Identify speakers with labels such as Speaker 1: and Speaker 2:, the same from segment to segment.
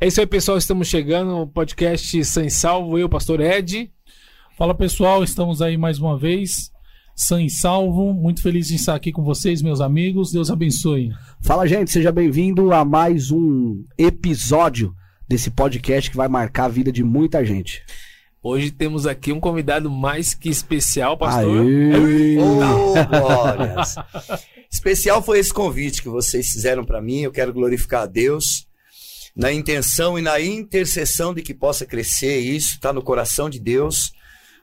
Speaker 1: É isso aí, pessoal. Estamos chegando ao podcast Sem Salvo. Eu, pastor Ed.
Speaker 2: Fala pessoal, estamos aí mais uma vez, sã e salvo. Muito feliz de estar aqui com vocês, meus amigos. Deus abençoe.
Speaker 3: Fala, gente, seja bem-vindo a mais um episódio desse podcast que vai marcar a vida de muita gente.
Speaker 1: Hoje temos aqui um convidado mais que especial, pastor.
Speaker 3: Aê!
Speaker 4: Ô, glórias. Especial foi esse convite que vocês fizeram para mim. Eu quero glorificar a Deus na intenção e na intercessão de que possa crescer isso, está no coração de Deus.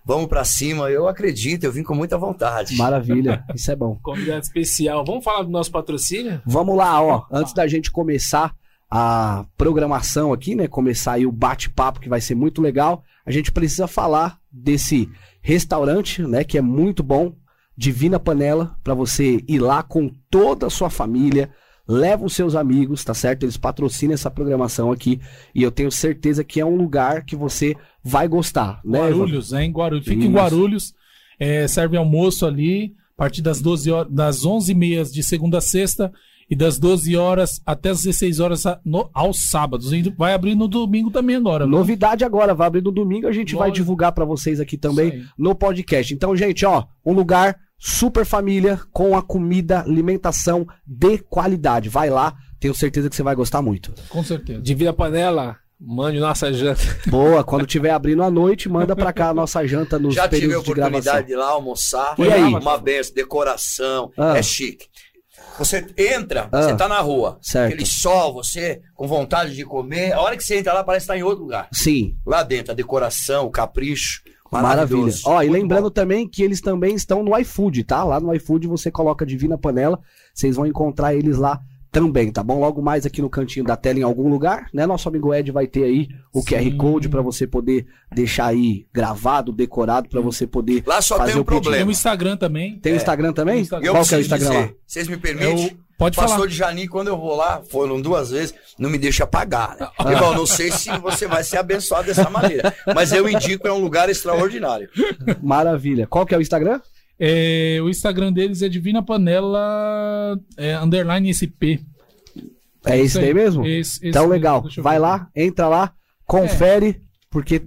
Speaker 4: Vamos para cima. Eu acredito, eu vim com muita vontade.
Speaker 3: Maravilha, isso é bom.
Speaker 1: Convidado especial. Vamos falar do nosso patrocínio?
Speaker 3: Vamos lá, ó. Antes da gente começar a programação aqui, né? Começar aí o bate-papo que vai ser muito legal. A gente precisa falar desse restaurante, né? Que é muito bom. Divina Panela, para você ir lá com toda a sua família. Leva os seus amigos, tá certo? Eles patrocinam essa programação aqui. E eu tenho certeza que é um lugar que você vai gostar, né? Evandro?
Speaker 2: Guarulhos, hein? Guarulhos. Fica em
Speaker 3: Isso.
Speaker 2: Guarulhos, é, serve almoço ali, a partir das 12 horas, das 11h30 de segunda a sexta e das 12 horas até as 16 horas a- no- aos sábados. E vai abrir no domingo também agora. né? viu?
Speaker 3: Novidade agora, vai abrir no domingo, a gente vai
Speaker 2: Lógico.
Speaker 3: divulgar pra vocês aqui também
Speaker 2: Isso aí.
Speaker 3: no podcast. Então, gente, ó, um lugar super família com a comida, alimentação de qualidade. Vai lá, tenho certeza que você vai gostar muito.
Speaker 2: Com certeza.
Speaker 1: Divina a panela, mande nossa janta.
Speaker 3: Boa, quando tiver abrindo à noite, manda pra cá a nossa janta nos
Speaker 4: Já tive a
Speaker 3: períodos de gravação.
Speaker 4: oportunidade de ir lá almoçar.
Speaker 3: E aí?
Speaker 4: Uma benção, decoração,
Speaker 3: Ah.
Speaker 4: é chique. Você entra,
Speaker 3: Ah.
Speaker 4: você tá na rua.
Speaker 3: Certo.
Speaker 4: Aquele sol, você com vontade de comer. A hora que você entra lá, parece que tá em outro lugar.
Speaker 3: Sim,
Speaker 4: Lá dentro, a decoração, o capricho.
Speaker 3: maravilha.
Speaker 4: maravilhoso.
Speaker 3: Ó, e
Speaker 4: Muito
Speaker 3: lembrando
Speaker 4: bom.
Speaker 3: também que eles também estão no iFood, tá? Lá no iFood você coloca Divina Panela, vocês vão encontrar eles lá também, tá bom? Logo mais aqui no cantinho da tela em algum lugar, né? Nosso amigo Ed vai ter aí o
Speaker 2: Sim.
Speaker 3: QR Code pra você poder deixar aí gravado, decorado pra você poder
Speaker 4: Lá só
Speaker 3: fazer
Speaker 4: tem um
Speaker 3: o pedido.
Speaker 2: Tem o
Speaker 4: problema.
Speaker 2: Instagram também.
Speaker 3: Tem o Instagram também?
Speaker 2: É. tem o Instagram.
Speaker 4: Eu
Speaker 3: Qual que é o
Speaker 4: preciso
Speaker 3: Instagram
Speaker 4: dizer,
Speaker 3: lá?
Speaker 4: Vocês me
Speaker 2: É o-
Speaker 4: permitem?
Speaker 2: Pode
Speaker 4: Pastor
Speaker 2: falar.
Speaker 4: de Jani, quando eu vou lá, foram duas vezes, não me deixa pagar. Né?
Speaker 3: Ah.
Speaker 4: Irmão, não sei se você vai ser abençoado dessa maneira, mas eu indico, é um lugar extraordinário.
Speaker 3: Maravilha. Qual que é o Instagram?
Speaker 2: É, o Instagram deles é Divina Panela é, Underline SP.
Speaker 3: É esse
Speaker 2: Isso aí.
Speaker 3: daí mesmo?
Speaker 2: Esse- esse
Speaker 3: Então
Speaker 2: mesmo,
Speaker 3: legal,
Speaker 2: deixa eu
Speaker 3: vai
Speaker 2: ver. É.
Speaker 3: lá, entra lá, confere, porque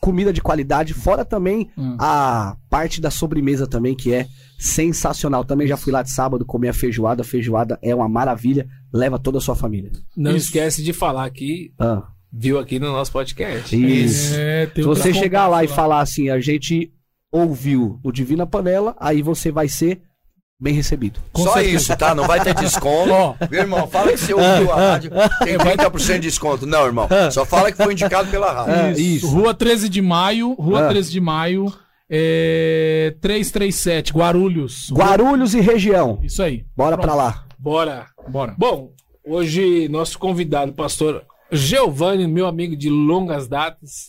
Speaker 3: comida de qualidade, fora também
Speaker 2: Hum.
Speaker 3: a parte da sobremesa também, que é sensacional. Também já fui lá de sábado comer a feijoada, a feijoada é uma maravilha, leva toda a sua família.
Speaker 1: Não
Speaker 2: Isso.
Speaker 1: esquece de falar que
Speaker 3: Ah,
Speaker 1: viu aqui no nosso podcast.
Speaker 3: isso.
Speaker 2: É, tem
Speaker 3: Se
Speaker 2: outros
Speaker 3: você chegar lá e
Speaker 2: contatos
Speaker 3: falar assim, a gente ouviu o Divina Panela, aí você vai ser bem recebido.
Speaker 2: Com
Speaker 4: só
Speaker 2: certeza.
Speaker 4: isso, tá? Não vai ter desconto.
Speaker 2: Ó,
Speaker 4: Meu irmão, fala que você ouviu
Speaker 3: Ah.
Speaker 4: a rádio, tem 30% de desconto. Não, irmão, só fala que foi indicado pela rádio.
Speaker 3: É, Ah. isso.
Speaker 2: Rua 13 de Maio, Rua
Speaker 3: Ah.
Speaker 2: 13 de Maio, é, 337, Guarulhos.
Speaker 3: Guarulhos e região,
Speaker 2: Isso aí,
Speaker 3: bora pra lá.
Speaker 1: Bora.
Speaker 2: bora.
Speaker 1: Bom, hoje nosso convidado, pastor Giovanni, meu amigo de longas datas,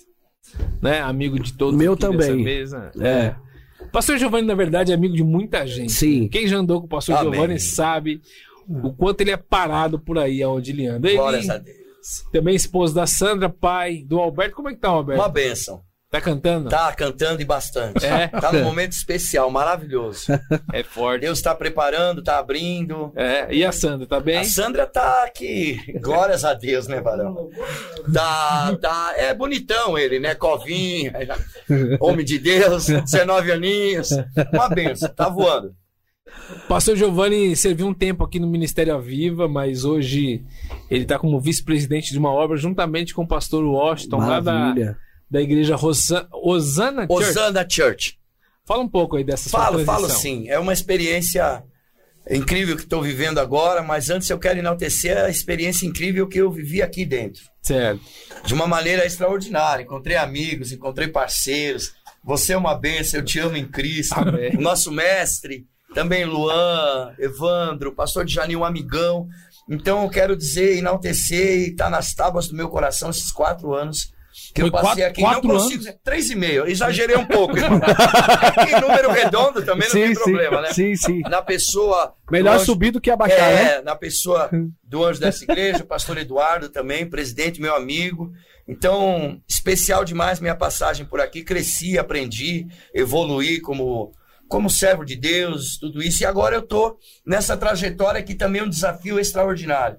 Speaker 1: né? Amigo de todos
Speaker 3: Meu
Speaker 1: aqui dessa
Speaker 3: também.
Speaker 1: mesa.
Speaker 3: É.
Speaker 1: Pastor Giovanni, na verdade, é amigo de muita gente.
Speaker 3: Sim.
Speaker 1: Quem já andou com o pastor
Speaker 4: Amém.
Speaker 1: Giovanni sabe o quanto ele é parado por aí, aonde ele anda. Ele,
Speaker 4: Glórias a Deus.
Speaker 1: também esposo da Sandra, pai do Alberto. Como é que tá, Alberto?
Speaker 4: Uma benção.
Speaker 1: Tá cantando?
Speaker 4: Tá cantando e bastante.
Speaker 1: É.
Speaker 4: Tá num momento especial, maravilhoso.
Speaker 1: É forte.
Speaker 4: Deus tá preparando, tá abrindo.
Speaker 1: É, e a Sandra, tá bem?
Speaker 4: A Sandra tá aqui. Glórias a Deus, né, Varão? Tá, tá. É bonitão ele, né? Covinho, homem de Deus, 19 aninhos. Uma benção, tá voando.
Speaker 1: Pastor Giovanni serviu um tempo aqui no Ministério Aviva, mas hoje ele tá como vice-presidente de uma obra juntamente com o pastor Washington, lá da,
Speaker 3: Maravilha.
Speaker 1: da igreja Rosa, Osana Church.
Speaker 4: Osana Church.
Speaker 1: Fala um pouco aí dessa
Speaker 4: Falo,
Speaker 1: sua
Speaker 4: falo
Speaker 1: transição.
Speaker 4: sim. É uma experiência incrível que estou vivendo agora, mas antes eu quero enaltecer a experiência incrível que eu vivi aqui dentro.
Speaker 1: Certo.
Speaker 4: de uma maneira extraordinária. Encontrei amigos, encontrei parceiros. Você é uma benção, eu te amo em Cristo.
Speaker 1: Amém.
Speaker 4: O nosso mestre, também Luan, Evandro, pastor de Janil, um amigão. Então eu quero dizer, enaltecer e tá nas tábuas do meu coração esses quatro anos que
Speaker 2: Foi
Speaker 4: eu passei
Speaker 2: quatro-
Speaker 4: aqui. Não
Speaker 2: quatro
Speaker 4: consigo dizer, três e meio, exagerei um pouco. irmão. Aqui, número redondo também não tem problema, né?
Speaker 3: sim, sim.
Speaker 4: Na pessoa.
Speaker 3: Melhor
Speaker 4: Lógico.
Speaker 3: subir do que abaixar, né?
Speaker 4: É, na pessoa do anjo dessa igreja, o pastor Eduardo também, presidente, meu amigo. Então, especial demais minha passagem por aqui. Cresci, aprendi, evoluí como, como servo de Deus, tudo isso. E agora eu tô nessa trajetória que também é um desafio extraordinário.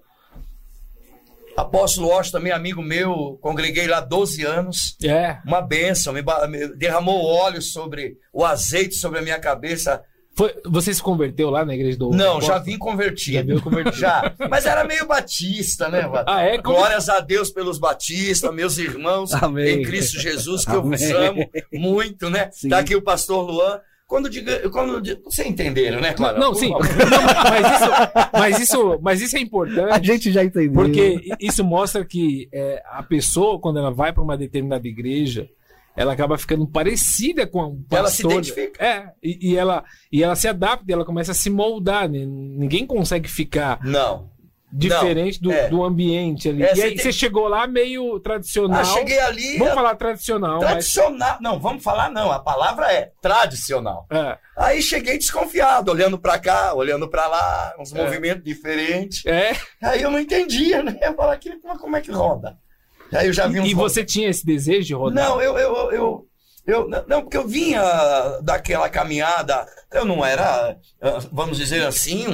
Speaker 4: Apóstolo Washington, também amigo meu, congreguei lá 12 anos.
Speaker 1: É.
Speaker 4: Uma bênção, me, ba- me derramou óleo sobre o azeite sobre a minha cabeça.
Speaker 1: Foi, você se converteu lá na igreja do
Speaker 4: Não, já
Speaker 1: Apóstolo?
Speaker 4: vim
Speaker 1: Já
Speaker 4: convertido.
Speaker 1: veio convertido.
Speaker 4: Já. Mas era meio batista, né, mano?
Speaker 1: Ah, é? Como-
Speaker 4: Glórias a Deus pelos batistas, meus irmãos
Speaker 3: Amém.
Speaker 4: em Cristo Jesus, que eu
Speaker 3: Amém.
Speaker 4: vos amo muito, né?
Speaker 3: Sim.
Speaker 4: Tá aqui o pastor Luan. Quando diga. Quando, di- vocês entenderam, né, Clara?
Speaker 1: Não,
Speaker 4: Por
Speaker 1: sim. Não,
Speaker 4: favor.
Speaker 1: mas, isso, mas, isso, mas isso é
Speaker 3: A
Speaker 1: importante.
Speaker 3: gente já entendeu.
Speaker 1: Porque i- isso mostra que é, a pessoa, quando ela vai para uma determinada igreja, ela acaba ficando parecida com o pastor.
Speaker 4: Ela se identifica.
Speaker 1: É, e, e ela, e ela se adapta, ela começa a se moldar. né? Ninguém consegue ficar
Speaker 4: Não.
Speaker 1: diferente do,
Speaker 4: é.
Speaker 1: do ambiente ali.
Speaker 4: É,
Speaker 1: e
Speaker 4: você
Speaker 1: aí
Speaker 4: tem-
Speaker 1: você chegou lá meio tradicional.
Speaker 4: Ah, cheguei ali.
Speaker 1: Vamos falar tradicional, mas...
Speaker 4: Tradicional. Não, vamos falar não. A palavra é tradicional.
Speaker 1: É,
Speaker 4: Aí cheguei desconfiado, olhando pra cá, olhando pra lá, uns movimentos diferentes.
Speaker 1: é.
Speaker 4: Aí eu não entendia, né? Eu falava, "Que- mas como é que roda? Aí eu já vi um
Speaker 1: E você tinha esse desejo de rodar?
Speaker 4: Não, eu, eu, eu, eu- Não, porque eu vinha daquela caminhada. Eu não era, ah, vamos dizer assim,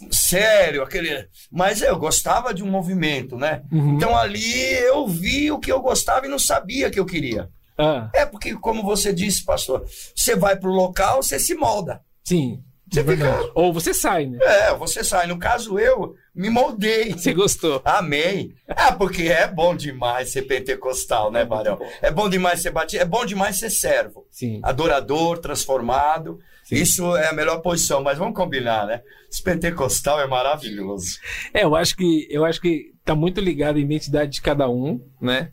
Speaker 4: um sério, aquele. Mas eu gostava de um movimento, né?
Speaker 1: Uhum.
Speaker 4: Então ali eu vi o que eu gostava e não sabia que eu queria.
Speaker 1: Ah,
Speaker 4: É porque, como você disse, pastor, você vai pro local, você se molda.
Speaker 1: sim. É
Speaker 4: Você fica.
Speaker 1: Ou você sai, né?
Speaker 4: É, você sai. No caso, eu me moldei.
Speaker 1: Você gostou.
Speaker 4: Amém. Ah, porque é bom demais ser pentecostal, né, Barão? É bom demais ser batido, é bom demais ser servo.
Speaker 1: Sim.
Speaker 4: Adorador, transformado.
Speaker 1: Sim.
Speaker 4: Isso é a melhor posição, mas vamos combinar, né? Esse pentecostal é maravilhoso.
Speaker 1: É, eu acho que eu acho que tá muito ligado à identidade de cada um, né?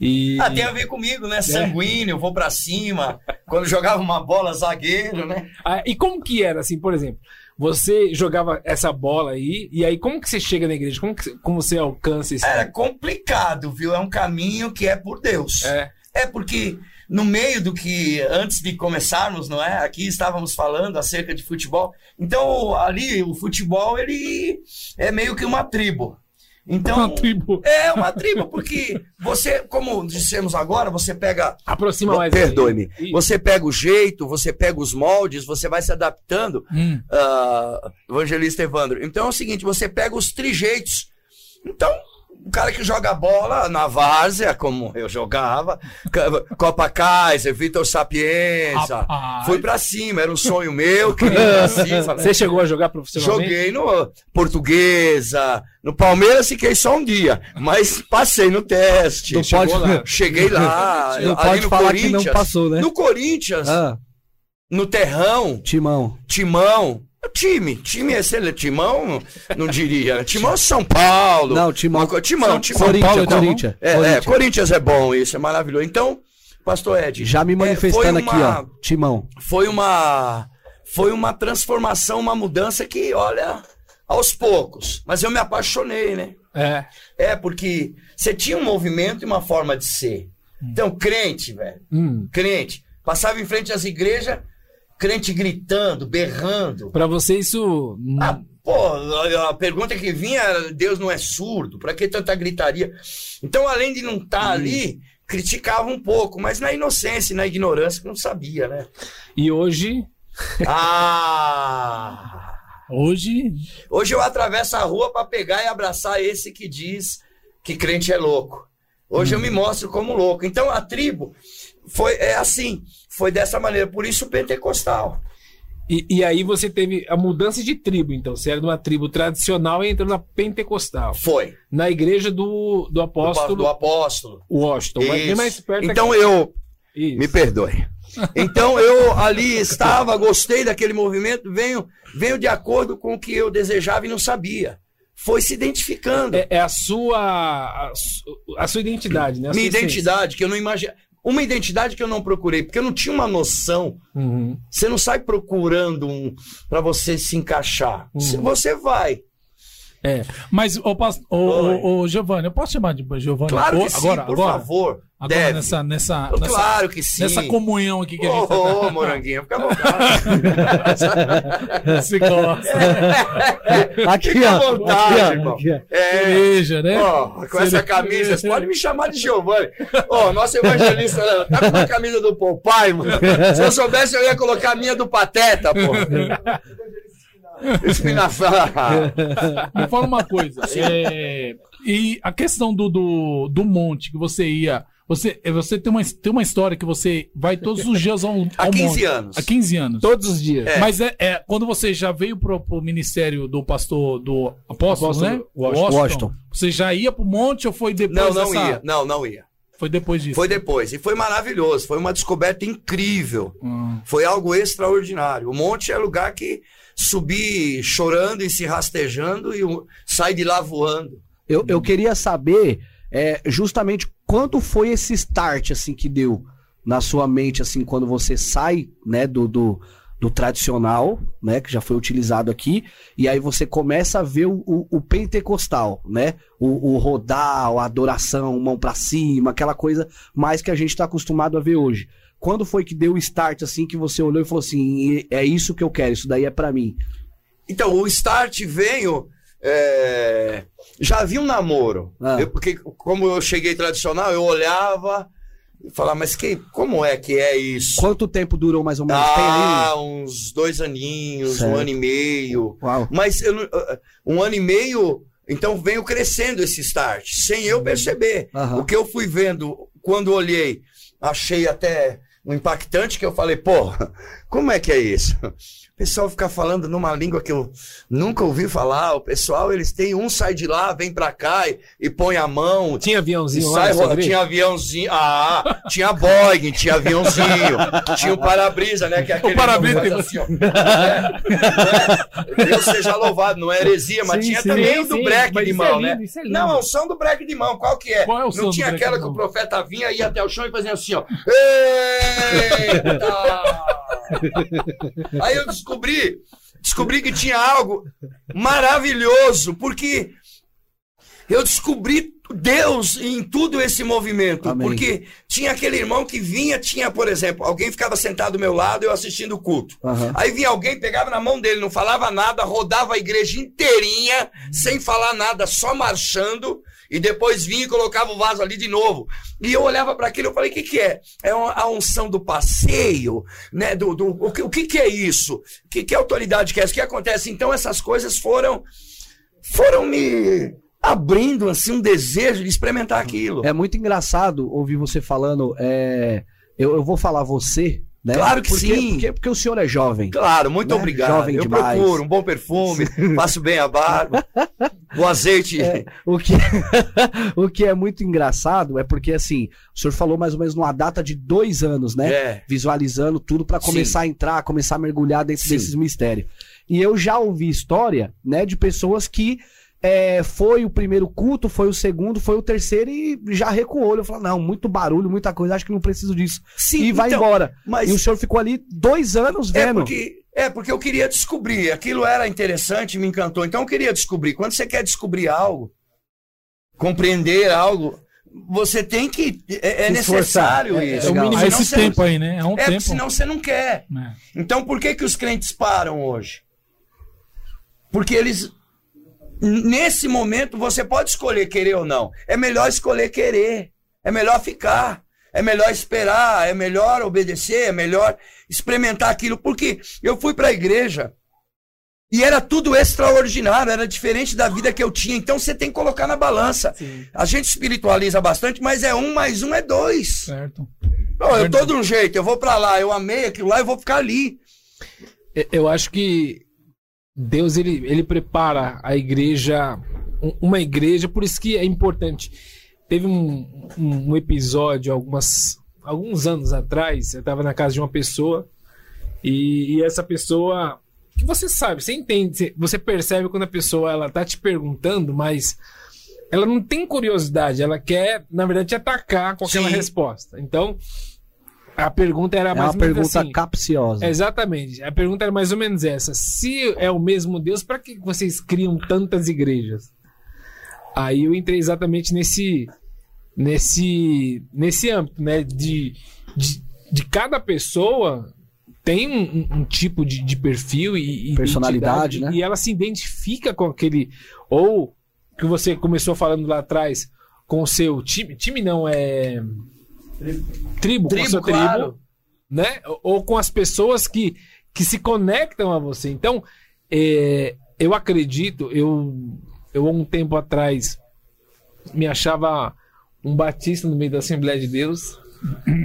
Speaker 1: E É.
Speaker 4: Ah, tem a ver comigo, né? Sanguíneo, vou pra cima. Quando jogava uma bola, zagueiro, né?
Speaker 1: Ah, e como que era assim, por exemplo, você jogava essa bola aí e aí como que você chega na igreja? Como que, como você alcança esse
Speaker 4: Era complicado, viu? É um caminho que é por Deus.
Speaker 1: É.
Speaker 4: É porque no meio do que antes de começarmos, não é? Aqui estávamos falando acerca de futebol. Então ali o futebol ele é meio que uma tribo. Então
Speaker 2: Uma tribo.
Speaker 4: é uma tribo porque você, como dissemos agora, você pega
Speaker 1: Aproxima mais.
Speaker 4: Perdoe-me.
Speaker 1: aí. E-
Speaker 4: Você pega o jeito, você pega os moldes, você vai se adaptando.
Speaker 2: Hum.
Speaker 4: ah, evangelista Evandro. Então é o seguinte: você pega os trijeitos. Então, o cara que joga bola na várzea, como eu jogava, Ca- Copa Kaiser, Vitor Sapienza.
Speaker 2: Rapaz.
Speaker 4: Fui pra cima, era um sonho meu, queria ir pra cima. né?
Speaker 1: Você chegou a jogar profissionalmente?
Speaker 4: Joguei no Portuguesa, no Palmeiras fiquei só um dia, mas passei no teste.
Speaker 3: Não
Speaker 1: Chegou
Speaker 3: pode-
Speaker 1: lá.
Speaker 4: Cheguei lá,
Speaker 3: Não
Speaker 4: ali
Speaker 3: pode
Speaker 4: no
Speaker 3: falar que
Speaker 4: Corinthians.
Speaker 3: não passou, né?
Speaker 4: No Corinthians,
Speaker 3: Ah,
Speaker 4: no Terrão,
Speaker 3: Timão.
Speaker 4: Timão. Time, time é sei lá, Timão, não diria. Timão é São Paulo.
Speaker 3: Não, Timão.
Speaker 4: Uma co- Timão, Timão.
Speaker 2: São Paulo,
Speaker 3: Corinthians,
Speaker 2: então,
Speaker 3: Corinthians.
Speaker 4: É, é,
Speaker 3: Corinthians.
Speaker 4: Corinthians é bom isso, é maravilhoso. Então, pastor Ed,
Speaker 3: Já me
Speaker 4: é, foi
Speaker 3: manifestando aqui,
Speaker 4: uma-
Speaker 3: ó. Timão.
Speaker 4: foi uma foi uma transformação, uma mudança que, olha, aos poucos. Mas eu me apaixonei, né?
Speaker 1: É.
Speaker 4: É porque você tinha um movimento e uma forma de ser. Então, crente, velho,
Speaker 1: Hum.
Speaker 4: crente. Passava em frente às igrejas, crente gritando, berrando.
Speaker 1: Para você isso hum.
Speaker 4: Ah, pô, a- a pergunta que vinha era: Deus não é surdo, pra que tanta gritaria? Então, além de não estar ali, criticava um pouco, mas na inocência e na ignorância que não sabia, né?
Speaker 1: e hoje
Speaker 4: Ah!
Speaker 2: Hoje,
Speaker 4: Hoje eu atravesso a rua para pegar e abraçar esse que diz que crente é louco. Hoje eu me mostro como louco. Então a tribo foi é assim, foi dessa maneira. Por isso o pentecostal.
Speaker 1: E, e aí você teve a mudança de tribo, então. Você era de uma tribo tradicional e entrou na pentecostal.
Speaker 4: Foi
Speaker 1: Na igreja do, do
Speaker 4: do pa-
Speaker 1: apóstolo
Speaker 4: do apóstolo.
Speaker 1: Washington. Mas bem
Speaker 4: Isso.
Speaker 1: mais perto
Speaker 4: então eu
Speaker 1: aqui. Isso.
Speaker 4: me perdoe. Então eu ali estava, gostei daquele movimento, venho, venho de acordo com o que eu desejava e não sabia. Foi se identificando.
Speaker 1: É, é a sua. A, su- a sua identidade, né? A
Speaker 2: Assim,
Speaker 4: Minha
Speaker 1: sua essência.
Speaker 4: identidade, que eu não imaginava. Uma identidade que eu não procurei, porque eu não tinha uma noção
Speaker 1: Uhum.
Speaker 4: Você não sai procurando um para você se encaixar.
Speaker 1: Hum.
Speaker 4: Se Você vai.
Speaker 1: É.
Speaker 2: mas ô, pas- ô,
Speaker 4: Oi.
Speaker 2: ô, ô, Giovanni, eu posso chamar de Giovanni?
Speaker 4: Claro
Speaker 2: Ô,
Speaker 4: que sim, por favor.
Speaker 2: Agora
Speaker 4: deve.
Speaker 2: nessa nessa
Speaker 4: Claro
Speaker 2: nessa,
Speaker 4: que sim.
Speaker 2: nessa comunhão aqui que a gente tá
Speaker 4: Ô, ô, moranguinho, fica à vontade.
Speaker 2: tá se gosta.
Speaker 3: Aqui,
Speaker 4: Fica à
Speaker 3: ó.
Speaker 4: vontade,
Speaker 3: Aqui, ó.
Speaker 4: irmão.
Speaker 3: Aqui, ó.
Speaker 4: é.
Speaker 2: Veja, né?
Speaker 4: ó, com essa camisa, você pode me chamar de Giovanni. Ó, nosso evangelista né, tá com uma camisa do Popeye, mano. Se eu soubesse, eu ia colocar a minha do Pateta, pô. Espinafra.
Speaker 2: Me fala uma coisa. é, E a questão do, do, do monte que você ia. Você, é, você tem, uma, tem uma história que você vai todos os dias ao, ao
Speaker 4: Há 15
Speaker 2: monte.
Speaker 4: anos.
Speaker 2: Há 15 anos.
Speaker 1: Todos os dias.
Speaker 4: É.
Speaker 2: Mas é, é, quando você já veio pro, pro ministério do pastor do apóstolo,
Speaker 1: Apóstolo
Speaker 2: né?
Speaker 1: Washington.
Speaker 3: Washington.
Speaker 2: Você já ia pro monte ou foi depois
Speaker 4: Não, não
Speaker 2: dessa-
Speaker 4: ia. Não, não ia.
Speaker 2: Foi depois disso.
Speaker 4: Foi depois. E foi maravilhoso. Foi uma descoberta incrível.
Speaker 2: Hum.
Speaker 4: Foi algo extraordinário. O monte é lugar que subir chorando e se rastejando e o- sai de lá voando.
Speaker 3: Eu,
Speaker 4: Uhum.
Speaker 3: eu queria saber é, justamente quando foi esse start assim que deu na sua mente assim quando você sai né do, do, do tradicional né que já foi utilizado aqui e aí você começa a ver o, o- o pentecostal né o, o rodar a adoração mão pra cima aquela coisa mais que a gente tá acostumado a ver hoje quando foi que deu o start assim que você olhou e falou assim é isso que eu quero isso daí é pra mim
Speaker 4: Então, o start veio. é, Já havia um namoro.
Speaker 3: Ah.
Speaker 4: Eu- porque, como eu cheguei tradicional, eu olhava e falava, mas que, como é que é isso?
Speaker 3: quanto tempo durou mais ou menos é Tem aí?
Speaker 4: Ah, uns dois aninhos,
Speaker 3: Certo.
Speaker 4: um ano e meio.
Speaker 3: Uau.
Speaker 4: Mas eu não- ah, um ano e meio, então veio crescendo esse start, sem eu perceber.
Speaker 3: Aham.
Speaker 4: O que eu fui vendo quando olhei, achei até um impactante que eu falei, pô, como é que é isso? O pessoal fica falando numa língua que eu nunca ouvi falar. O pessoal, eles têm um sai de lá, vem pra cá e, e põe a mão. E
Speaker 1: Tinha aviãozinho lá
Speaker 4: sai,
Speaker 1: na sua
Speaker 4: ro-
Speaker 1: igreja?
Speaker 4: tinha aviãozinho, ah, tinha Boeing, tinha aviãozinho, tinha o para-brisa, né? Que é aquele
Speaker 2: para-brisa.
Speaker 4: negócio assim, ó. É, é. Deus seja louvado, não é heresia, mas
Speaker 1: né? Sim,
Speaker 4: tinha
Speaker 1: sim.
Speaker 4: também o
Speaker 1: Sim,
Speaker 4: do
Speaker 1: sim,
Speaker 4: break
Speaker 1: mas
Speaker 4: de
Speaker 1: isso é
Speaker 4: mão,
Speaker 1: lindo,
Speaker 4: né?
Speaker 1: isso é lindo.
Speaker 4: Não, a unção do break de mão, qual que é?
Speaker 2: Qual é a unção
Speaker 4: não
Speaker 2: do
Speaker 4: tinha
Speaker 2: break
Speaker 4: aquela
Speaker 2: de
Speaker 4: que o
Speaker 2: mão?
Speaker 4: profeta vinha, ia até o chão e fazia assim, ó. Eita! Aí eu descobri, descobri que tinha algo maravilhoso, porque eu descobri Deus em tudo esse movimento,
Speaker 3: Amém.
Speaker 4: porque tinha aquele irmão que vinha, tinha, por exemplo, alguém ficava sentado do meu lado, eu assistindo o culto.
Speaker 3: Aham.
Speaker 4: Aí vinha alguém, pegava na mão dele, não falava nada, rodava a igreja inteirinha, sem falar nada, só marchando, e depois vinha e colocava o vaso ali de novo. E eu olhava para aquilo e falei: o que, que é? É uma- a unção do passeio? né? Do, do- o, que, o que, que é isso? Que, que autoridade que é isso? O que acontece? Então, essas coisas foram, foram me abrindo assim, um desejo de experimentar aquilo.
Speaker 3: É muito engraçado ouvir você falando. é, eu, eu vou falar você, né?
Speaker 4: Claro que
Speaker 3: Porque-
Speaker 4: sim.
Speaker 3: Porque, porque o senhor é jovem.
Speaker 4: Claro, muito
Speaker 3: Né?
Speaker 4: obrigado.
Speaker 3: Jovem
Speaker 4: eu
Speaker 3: demais.
Speaker 4: procuro um bom perfume, faço bem a barba, o azeite.
Speaker 3: É, O que, o que é muito engraçado é porque, assim, o senhor falou mais ou menos numa data de dois anos, né?
Speaker 4: É.
Speaker 3: Visualizando tudo pra
Speaker 4: Sim.
Speaker 3: começar a entrar, começar a mergulhar dentro
Speaker 4: Sim.
Speaker 3: desses mistérios. E eu já ouvi história, né, de pessoas que é, foi o primeiro culto, foi o segundo, foi o terceiro e já recuou. Eu falo, não, muito barulho, muita coisa, acho que não preciso disso.
Speaker 4: Sim,
Speaker 3: e vai
Speaker 4: então,
Speaker 3: embora.
Speaker 4: Mas
Speaker 3: E o senhor ficou ali dois anos
Speaker 4: é,
Speaker 3: vendo.
Speaker 4: porque, é porque eu queria descobrir. Aquilo era interessante, me encantou. Então eu queria descobrir. Quando você quer descobrir algo, compreender algo, você tem que. É, é
Speaker 5: Se esforçar.
Speaker 4: necessário
Speaker 5: É, é legal.
Speaker 4: isso. Senão
Speaker 2: Há Então, esse
Speaker 4: você-
Speaker 2: tempo aí, né? É um
Speaker 4: É, porque
Speaker 2: tempo.
Speaker 4: senão você não quer.
Speaker 2: né?
Speaker 4: Então por que que os crentes param hoje? Porque eles n- nesse momento você pode escolher querer ou não. É melhor escolher querer. É melhor ficar. É melhor esperar, é melhor obedecer, é melhor experimentar aquilo. Porque eu fui para a igreja e era tudo extraordinário, era diferente da vida que eu tinha. Então você tem que colocar na balança. A gente espiritualiza bastante, mas é um mais um é dois.
Speaker 2: Certo.
Speaker 4: Não, eu tô de um jeito, eu vou para lá, eu amei aquilo lá, eu vou ficar ali.
Speaker 1: Eu- É, Eu acho que Deus ele, ele prepara a igreja, um- uma igreja, por isso que é importante. Teve um, um- um episódio algumas, alguns anos atrás, eu estava na casa de uma pessoa e, e essa pessoa que você sabe, você entende, você- você percebe quando a pessoa ela tá te perguntando, mas ela não tem curiosidade, ela quer, na verdade, te atacar com aquela
Speaker 4: Sim.
Speaker 1: resposta. Então, a pergunta era
Speaker 3: É
Speaker 1: mais
Speaker 3: uma
Speaker 1: ou menos
Speaker 3: pergunta
Speaker 1: assim,
Speaker 3: capciosa.
Speaker 1: Exatamente. A pergunta era mais ou menos essa. Se é o mesmo Deus, para que vocês criam tantas igrejas? Aí eu entrei exatamente nesse nesse nesse âmbito, né? De, de, de cada pessoa tem um, um- um tipo de, de perfil e e
Speaker 3: Personalidade,
Speaker 1: identidade,
Speaker 3: né?
Speaker 1: E ela se identifica com aquele ou que você começou falando lá atrás com o seu time, time não é tribo, com a
Speaker 4: Tribo,
Speaker 1: sua
Speaker 4: claro.
Speaker 1: tribo, né? Ou- Ou com as pessoas que, que se conectam a você. Então, é, eu acredito, eu, eu há um tempo atrás me achava um batista no meio da Assembleia de Deus,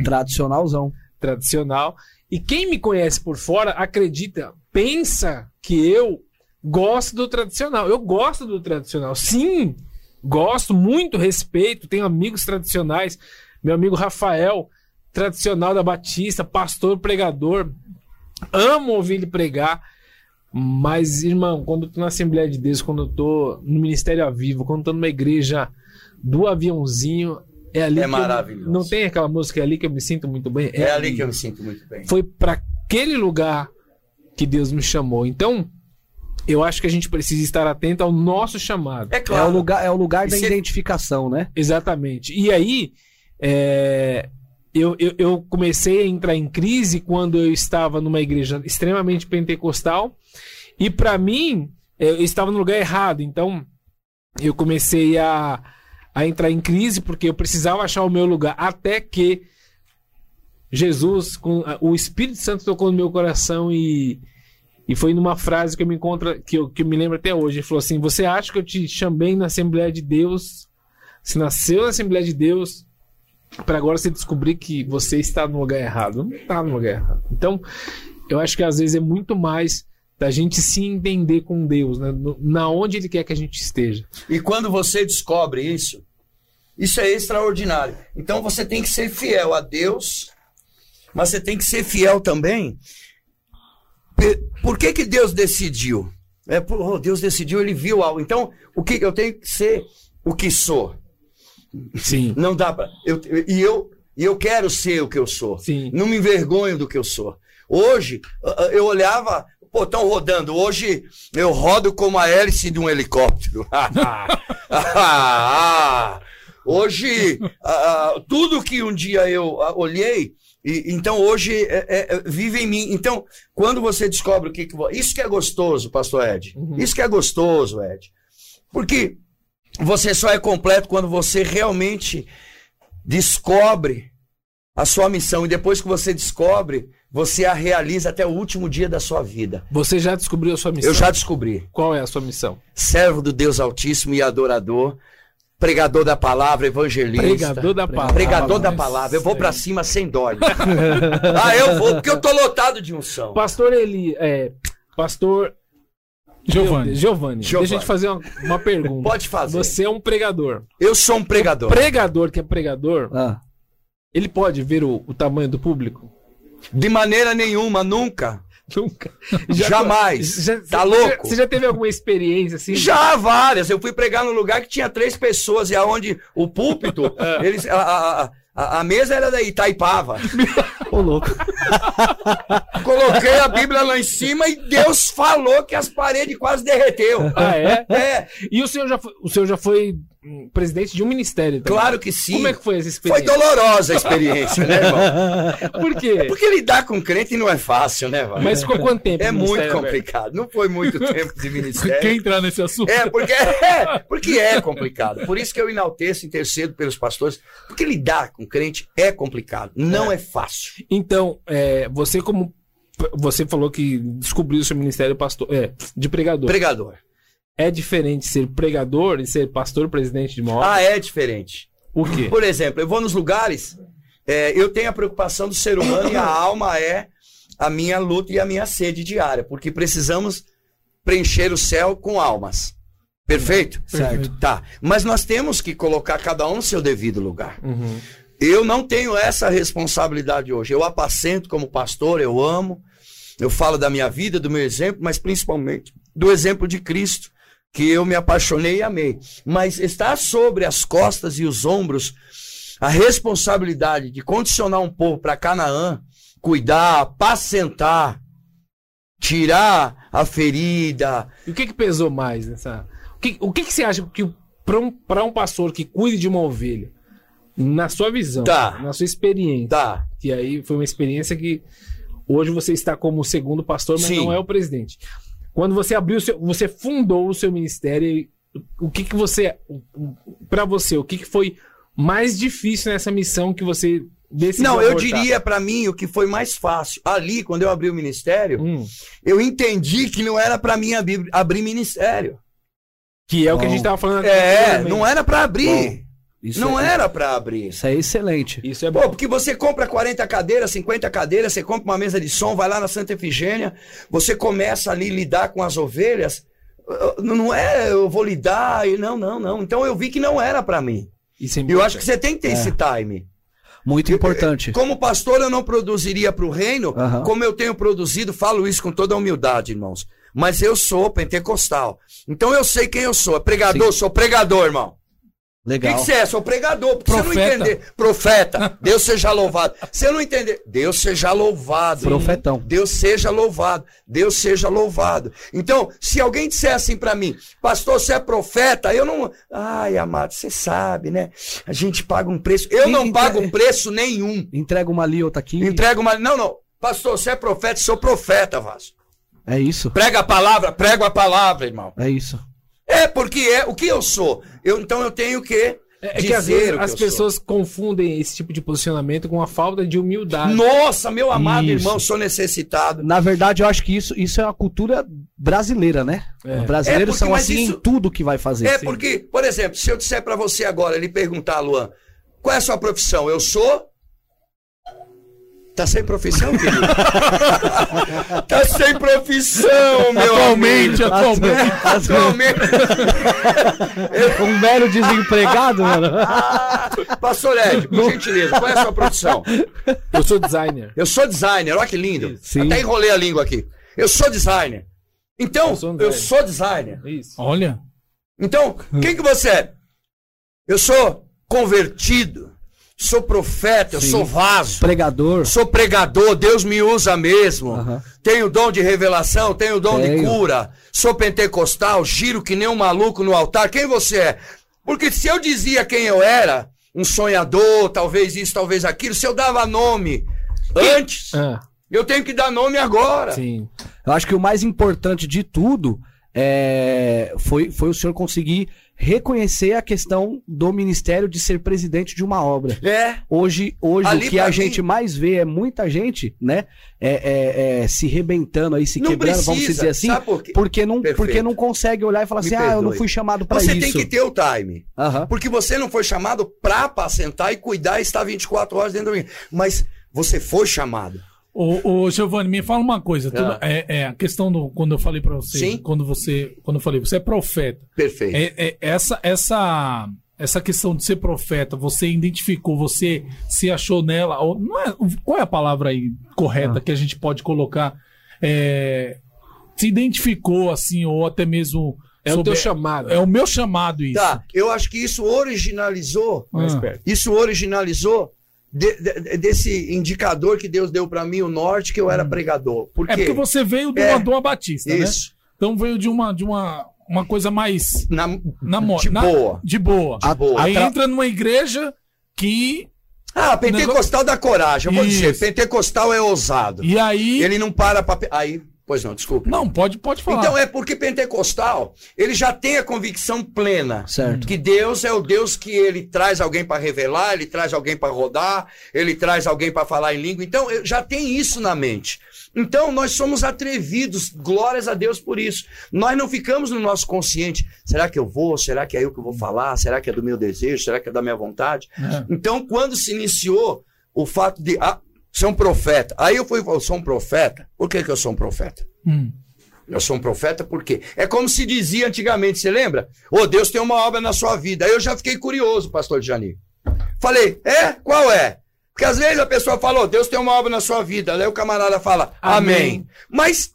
Speaker 3: Tradicionalzão.
Speaker 1: tradicional. E quem me conhece por fora acredita, pensa que eu gosto do tradicional. Eu gosto do tradicional, sim. Gosto muito, respeito, tenho amigos tradicionais. Meu amigo Rafael, tradicional da Batista, pastor, pregador. Amo ouvir ele pregar. Mas, irmão, quando eu tô na Assembleia de Deus, quando eu tô no Ministério a Vivo, quando eu tô numa igreja do aviãozinho, é ali
Speaker 4: É
Speaker 1: que eu-
Speaker 4: maravilhoso.
Speaker 1: Não tem aquela música "É ali que eu me sinto muito bem?
Speaker 4: É, ali que eu me sinto muito bem.
Speaker 1: Foi para aquele lugar que Deus me chamou. Então, eu acho que a gente precisa estar atento ao nosso chamado.
Speaker 4: É
Speaker 3: É o
Speaker 4: claro.
Speaker 3: lugar, é o lugar
Speaker 4: E
Speaker 3: da
Speaker 4: se-
Speaker 3: identificação, né?
Speaker 1: Exatamente. E aí, é, eu, eu, eu comecei a entrar em crise quando eu estava numa igreja extremamente pentecostal. E para mim, é, eu estava no lugar errado. Então, eu comecei a, a entrar em crise porque eu precisava achar o meu lugar. Até que Jesus, com a- o Espírito Santo tocou no meu coração e. E foi numa frase que eu me encontro, que eu, que eu me lembro até hoje. Ele falou assim: Você acha que eu te chamei na Assembleia de Deus você nasceu na Assembleia de Deus para agora você descobrir que você está no lugar errado. Não está no lugar errado. Então, eu acho que às vezes é muito mais da gente se entender com Deus, né? No- na onde Ele quer que a gente esteja.
Speaker 4: E quando você descobre isso, isso é extraordinário. Então você tem que ser fiel a Deus, mas você tem que ser fiel também. Pe- Por que, que Deus decidiu? É, por- oh, Deus decidiu, ele viu algo. Então, o que eu tenho que ser o que sou.
Speaker 1: Sim.
Speaker 4: Não dá para. Eu, e eu, e eu quero ser o que eu sou.
Speaker 1: Sim.
Speaker 4: Não me envergonho do que eu sou. Hoje, a- a- eu olhava, pô, estão rodando. Hoje eu rodo como a hélice de um helicóptero. Ah, hoje, a- a- tudo que um dia eu a, olhei, e- então hoje é- é- é- vive em mim. Então, quando você descobre o que. que vo- isso que é gostoso, pastor Ed.
Speaker 1: Uhum.
Speaker 4: Isso que é gostoso, Ed. Porque você só é completo quando você realmente descobre a sua missão. E depois que você descobre, você a realiza até o último dia da sua vida.
Speaker 1: Você já descobriu a sua missão?
Speaker 4: Eu já descobri.
Speaker 1: Qual é a sua missão?
Speaker 4: Servo do Deus Altíssimo e adorador, pregador da palavra, evangelista.
Speaker 1: Pregador da palavra.
Speaker 4: Pregador da palavra, eu vou pra cima sem dó. ah, eu vou, porque eu tô lotado de unção.
Speaker 1: Pastor Eli, é, Pastor
Speaker 2: Giovanni.
Speaker 1: Giovanni, deixa eu
Speaker 4: Giovanni.
Speaker 1: te fazer uma, uma pergunta.
Speaker 4: Pode fazer.
Speaker 1: Você é um pregador.
Speaker 4: Eu sou um pregador.
Speaker 1: Pregador que é pregador,
Speaker 3: Ah,
Speaker 1: ele pode ver o- o tamanho do público?
Speaker 4: De maneira nenhuma, nunca.
Speaker 1: Nunca.
Speaker 4: Jamais.
Speaker 1: já-
Speaker 4: Tá
Speaker 1: você já-
Speaker 4: louco?
Speaker 1: Você já teve alguma experiência assim?
Speaker 4: Já várias. Eu fui pregar num lugar que tinha três pessoas e aonde o púlpito,
Speaker 1: É.
Speaker 4: eles, a- a, a- a, a mesa era da Itaipava.
Speaker 3: ô louco.
Speaker 4: Coloquei a Bíblia lá em cima e Deus falou que as paredes quase derreteu.
Speaker 1: Ah, é?
Speaker 4: É,
Speaker 1: E o senhor já foi, o senhor já foi hum, presidente de um ministério também?
Speaker 4: claro que sim.
Speaker 1: Como é que foi essa
Speaker 4: Foi
Speaker 1: experiência?
Speaker 4: dolorosa a experiência, né, irmão?
Speaker 1: Por quê?
Speaker 4: É Porque lidar com crente não é fácil, né, irmão?
Speaker 1: Mas ficou quanto tempo?
Speaker 4: É
Speaker 1: no
Speaker 4: muito
Speaker 1: ministério, velho?
Speaker 4: complicado. Não foi muito tempo de ministério.
Speaker 2: Quer entrar nesse assunto?
Speaker 4: É, porque é, porque é complicado. Por isso que eu enalteço, intercedo pelos pastores, porque lidar com crente é complicado, não é, fácil.
Speaker 1: Então, é, você como você falou que descobriu o seu ministério pastor, é, de pregador.
Speaker 4: Pregador.
Speaker 1: É diferente ser pregador e ser pastor presidente de uma obra?
Speaker 4: Ah, é diferente.
Speaker 1: O quê?
Speaker 4: Por exemplo, eu vou nos lugares, é, eu tenho a preocupação do ser humano e a alma é a minha luta e a minha sede diária, porque precisamos preencher o céu com almas. Perfeito?
Speaker 3: Certo.
Speaker 4: Tá. Mas nós temos que colocar cada um no seu devido lugar.
Speaker 1: Uhum.
Speaker 4: Eu não tenho essa responsabilidade hoje. Eu apacento como pastor, eu amo, eu falo da minha vida, do meu exemplo, mas principalmente do exemplo de Cristo, que eu me apaixonei e amei. Mas está sobre as costas e os ombros a responsabilidade de condicionar um povo para Canaã, cuidar, apacentar, tirar a ferida,
Speaker 1: E o que que pesou mais nessa? O que, o que, que você acha que para um, pra um pastor que cuide de uma ovelha, na sua visão,
Speaker 4: Tá.
Speaker 1: na sua experiência,
Speaker 4: tá?
Speaker 1: que aí foi uma experiência que hoje você está como o segundo pastor, mas
Speaker 4: Sim.
Speaker 1: não é o presidente. Quando você abriu, o seu, você fundou o seu ministério, e o que que você, para você, o que que foi mais difícil nessa missão que você decidiu?
Speaker 4: Não, eu
Speaker 1: abortar?
Speaker 4: diria para mim o que foi mais fácil. Ali, quando eu abri o ministério,
Speaker 1: Hum,
Speaker 4: eu entendi que não era para mim abrir, abrir ministério.
Speaker 1: Que é o que a
Speaker 3: Bom.
Speaker 1: gente tava falando
Speaker 4: É,
Speaker 1: anteriormente.
Speaker 4: não era pra abrir.
Speaker 3: Isso
Speaker 4: não
Speaker 3: é,
Speaker 4: era pra abrir.
Speaker 3: Isso é excelente.
Speaker 1: Isso é bom.
Speaker 4: Pô, porque você compra 40 cadeiras, 50 cadeiras, você compra uma mesa de som, vai lá na Santa Efigênia, você começa ali a lidar com as ovelhas. eh, Não é eu vou lidar, e não, não, não. Então eu vi que não era pra mim.
Speaker 1: Isso é
Speaker 4: E eu acho que você tem que ter esse time.
Speaker 3: Muito importante.
Speaker 4: Como pastor, eu não produziria para o reino,
Speaker 3: Aham.
Speaker 4: como eu tenho produzido, falo isso com toda a humildade, irmãos. Mas eu sou pentecostal. Então eu sei quem eu sou. É pregador, sou pregador, irmão. O que
Speaker 3: Legal.
Speaker 4: que você é? Sou pregador. Porque você não
Speaker 2: Profeta.
Speaker 4: entender. Profeta, Deus seja louvado. Se eu não entender, Deus seja louvado.
Speaker 3: Profetão.
Speaker 4: Deus seja louvado, Deus seja louvado. Então, se alguém disser assim pra mim, pastor, você é profeta, eu não. Ai, amado, você sabe, né? A gente paga um preço. Eu
Speaker 3: E-
Speaker 4: não
Speaker 3: e-
Speaker 4: pago preço nenhum.
Speaker 3: Entrega uma ali, outra aqui.
Speaker 4: Entrega uma. Não, não. Pastor, você é profeta, sou profeta, Vasco.
Speaker 3: É isso.
Speaker 4: Prega a palavra, prego a palavra, irmão.
Speaker 3: É isso.
Speaker 4: É porque é o que eu sou. Eu, então eu tenho que.
Speaker 1: É que às
Speaker 4: dizer
Speaker 1: vezes
Speaker 4: o que
Speaker 1: as
Speaker 4: eu sou.
Speaker 1: pessoas confundem esse tipo de posicionamento com a falta de humildade.
Speaker 4: Nossa, meu amado
Speaker 2: Isso.
Speaker 4: irmão, sou necessitado.
Speaker 3: Na verdade, eu acho que isso, isso é uma cultura brasileira, né?
Speaker 1: É.
Speaker 3: Os brasileiros
Speaker 4: É, porque-
Speaker 3: são
Speaker 4: mas
Speaker 3: assim
Speaker 4: isso-
Speaker 3: em tudo que vai fazer.
Speaker 4: É porque, por exemplo, se eu disser pra você agora, ele perguntar, Luan, qual é a sua profissão? Eu sou. Tá sem profissão, querido? tá sem profissão, meu
Speaker 2: Atualmente,
Speaker 4: amigo.
Speaker 3: Ah,
Speaker 2: atualmente.
Speaker 4: Atualmente.
Speaker 3: Um mero desempregado, mano.
Speaker 4: Ah, Pastor Ed, por gentileza, qual é a sua profissão?
Speaker 1: Eu sou designer.
Speaker 4: Eu sou designer, olha que lindo.
Speaker 3: Sim.
Speaker 4: Até enrolei a língua aqui. Eu sou designer. Então, eu
Speaker 1: Eu
Speaker 4: sou
Speaker 1: sou um
Speaker 4: designer.
Speaker 1: designer. É Isso.
Speaker 2: Olha.
Speaker 4: Então, quem que você é? Eu sou convertido, sou profeta, eu sou vaso,
Speaker 3: Pregador.
Speaker 4: sou pregador, Deus me usa mesmo.
Speaker 3: Aham.
Speaker 4: Tenho dom de revelação, tenho dom de
Speaker 3: Tenho.
Speaker 4: cura, sou pentecostal, giro que nem um maluco no altar. Quem você é? Porque se eu dizia quem eu era, um sonhador, talvez isso, talvez aquilo, se eu dava nome antes,
Speaker 1: Ah,
Speaker 4: eu tenho que dar nome agora.
Speaker 1: sim.
Speaker 3: Eu acho que o mais importante de tudo é, foi, foi o senhor conseguir reconhecer a questão do ministério de ser presidente de uma obra.
Speaker 4: É.
Speaker 3: Hoje, hoje
Speaker 4: Ali
Speaker 3: o que
Speaker 4: pra
Speaker 3: a
Speaker 4: mim-
Speaker 3: gente mais vê é muita gente, né? é- é- é, se rebentando aí, se
Speaker 4: Não
Speaker 3: quebrando, vamos
Speaker 4: precisa,
Speaker 3: dizer assim.
Speaker 4: sabe por quê?
Speaker 3: Porque não,
Speaker 4: Perfeito.
Speaker 3: porque não consegue olhar e falar
Speaker 4: Me
Speaker 3: assim, ah, eu não
Speaker 4: perdoe.
Speaker 3: fui chamado pra
Speaker 4: Você
Speaker 3: isso.
Speaker 4: tem que ter o time.
Speaker 3: Aham.
Speaker 4: Porque você não foi chamado pra apacentar e cuidar e estar 24 horas dentro do ringue. Mas você foi chamado.
Speaker 2: Ô, ô Giovanni, me fala uma coisa. tudo- é, é, a questão do. Quando eu falei pra você.
Speaker 4: Ah. Sim.
Speaker 2: Quando você. Quando eu falei, você é profeta.
Speaker 4: Perfeito.
Speaker 2: É, é, essa, essa, essa questão de ser profeta, você identificou, você se achou nela. Ou, não é, qual é a palavra aí correta
Speaker 4: Ah.
Speaker 2: que a gente pode colocar? É, se identificou, assim, ou até mesmo.
Speaker 1: É o
Speaker 2: soube-
Speaker 1: teu chamado.
Speaker 2: é o meu chamado isso.
Speaker 4: Tá, eu acho que isso originalizou,
Speaker 2: Ah.
Speaker 4: isso originalizou de- de- desse indicador que Deus deu pra mim, o norte, que eu era pregador. Por quê?
Speaker 2: É porque você veio de
Speaker 4: É.
Speaker 2: uma, de uma batista, né?
Speaker 4: Isso.
Speaker 2: Então veio de uma, de uma, uma coisa mais
Speaker 4: Na,
Speaker 2: na mo-
Speaker 4: de
Speaker 2: na-
Speaker 4: boa.
Speaker 2: De boa.
Speaker 4: De boa.
Speaker 2: Aí
Speaker 3: Atra-
Speaker 2: entra numa igreja que.
Speaker 4: Ah, pentecostal da coragem, eu vou dizer.
Speaker 2: Isso.
Speaker 4: Pentecostal é ousado.
Speaker 2: E aí.
Speaker 4: Ele não para pra... pe- Aí, pois não, desculpa.
Speaker 2: Não, pode, pode falar.
Speaker 4: Então é porque pentecostal, ele já tem a convicção plena
Speaker 3: Certo.
Speaker 4: que Deus é o Deus que ele traz alguém para revelar, ele traz alguém para rodar, ele traz alguém para falar em língua. Então eu- já tem isso na mente. Então nós somos atrevidos, glórias a Deus por isso. Nós não ficamos no nosso consciente, será que eu vou? Será que é eu que vou falar? Será que é do meu desejo? Será que é da minha vontade?
Speaker 2: É.
Speaker 4: Então, quando se iniciou o fato de ah, ser um profeta, aí eu fui, eu sou um profeta. Por que, que eu sou um profeta?
Speaker 2: Hum.
Speaker 4: Eu sou um profeta porque é como se dizia antigamente, você lembra? Ô, Deus tem uma obra na sua vida. Aí eu já fiquei curioso, pastor Jani. Falei, é? Qual é? Porque às vezes a pessoa fala, ô, Deus tem uma obra na sua vida. Aí o camarada fala, amém.
Speaker 1: Amém.
Speaker 4: Mas,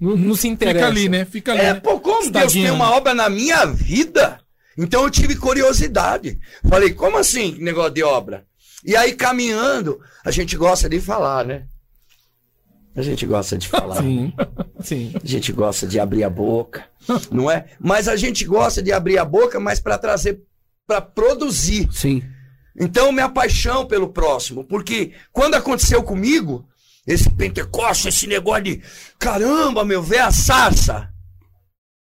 Speaker 1: Não, não se interessa.
Speaker 2: Fica ali, né? Fica ali.
Speaker 4: é,
Speaker 2: né?
Speaker 4: pô, como Deus
Speaker 2: Estaguinho,
Speaker 4: tem
Speaker 2: né?
Speaker 4: uma obra na minha vida? Então eu tive curiosidade. Falei, como assim, negócio de obra? E aí, caminhando, a gente gosta de falar, né? A gente gosta de falar.
Speaker 1: Sim. Sim.
Speaker 4: A gente gosta de abrir a boca, não é? Mas a gente gosta de abrir a boca, mas para trazer, para produzir.
Speaker 3: Ah, Sim.
Speaker 4: Então, minha paixão pelo próximo, porque quando aconteceu comigo, esse Pentecoste, esse negócio de caramba, meu, vê a sarça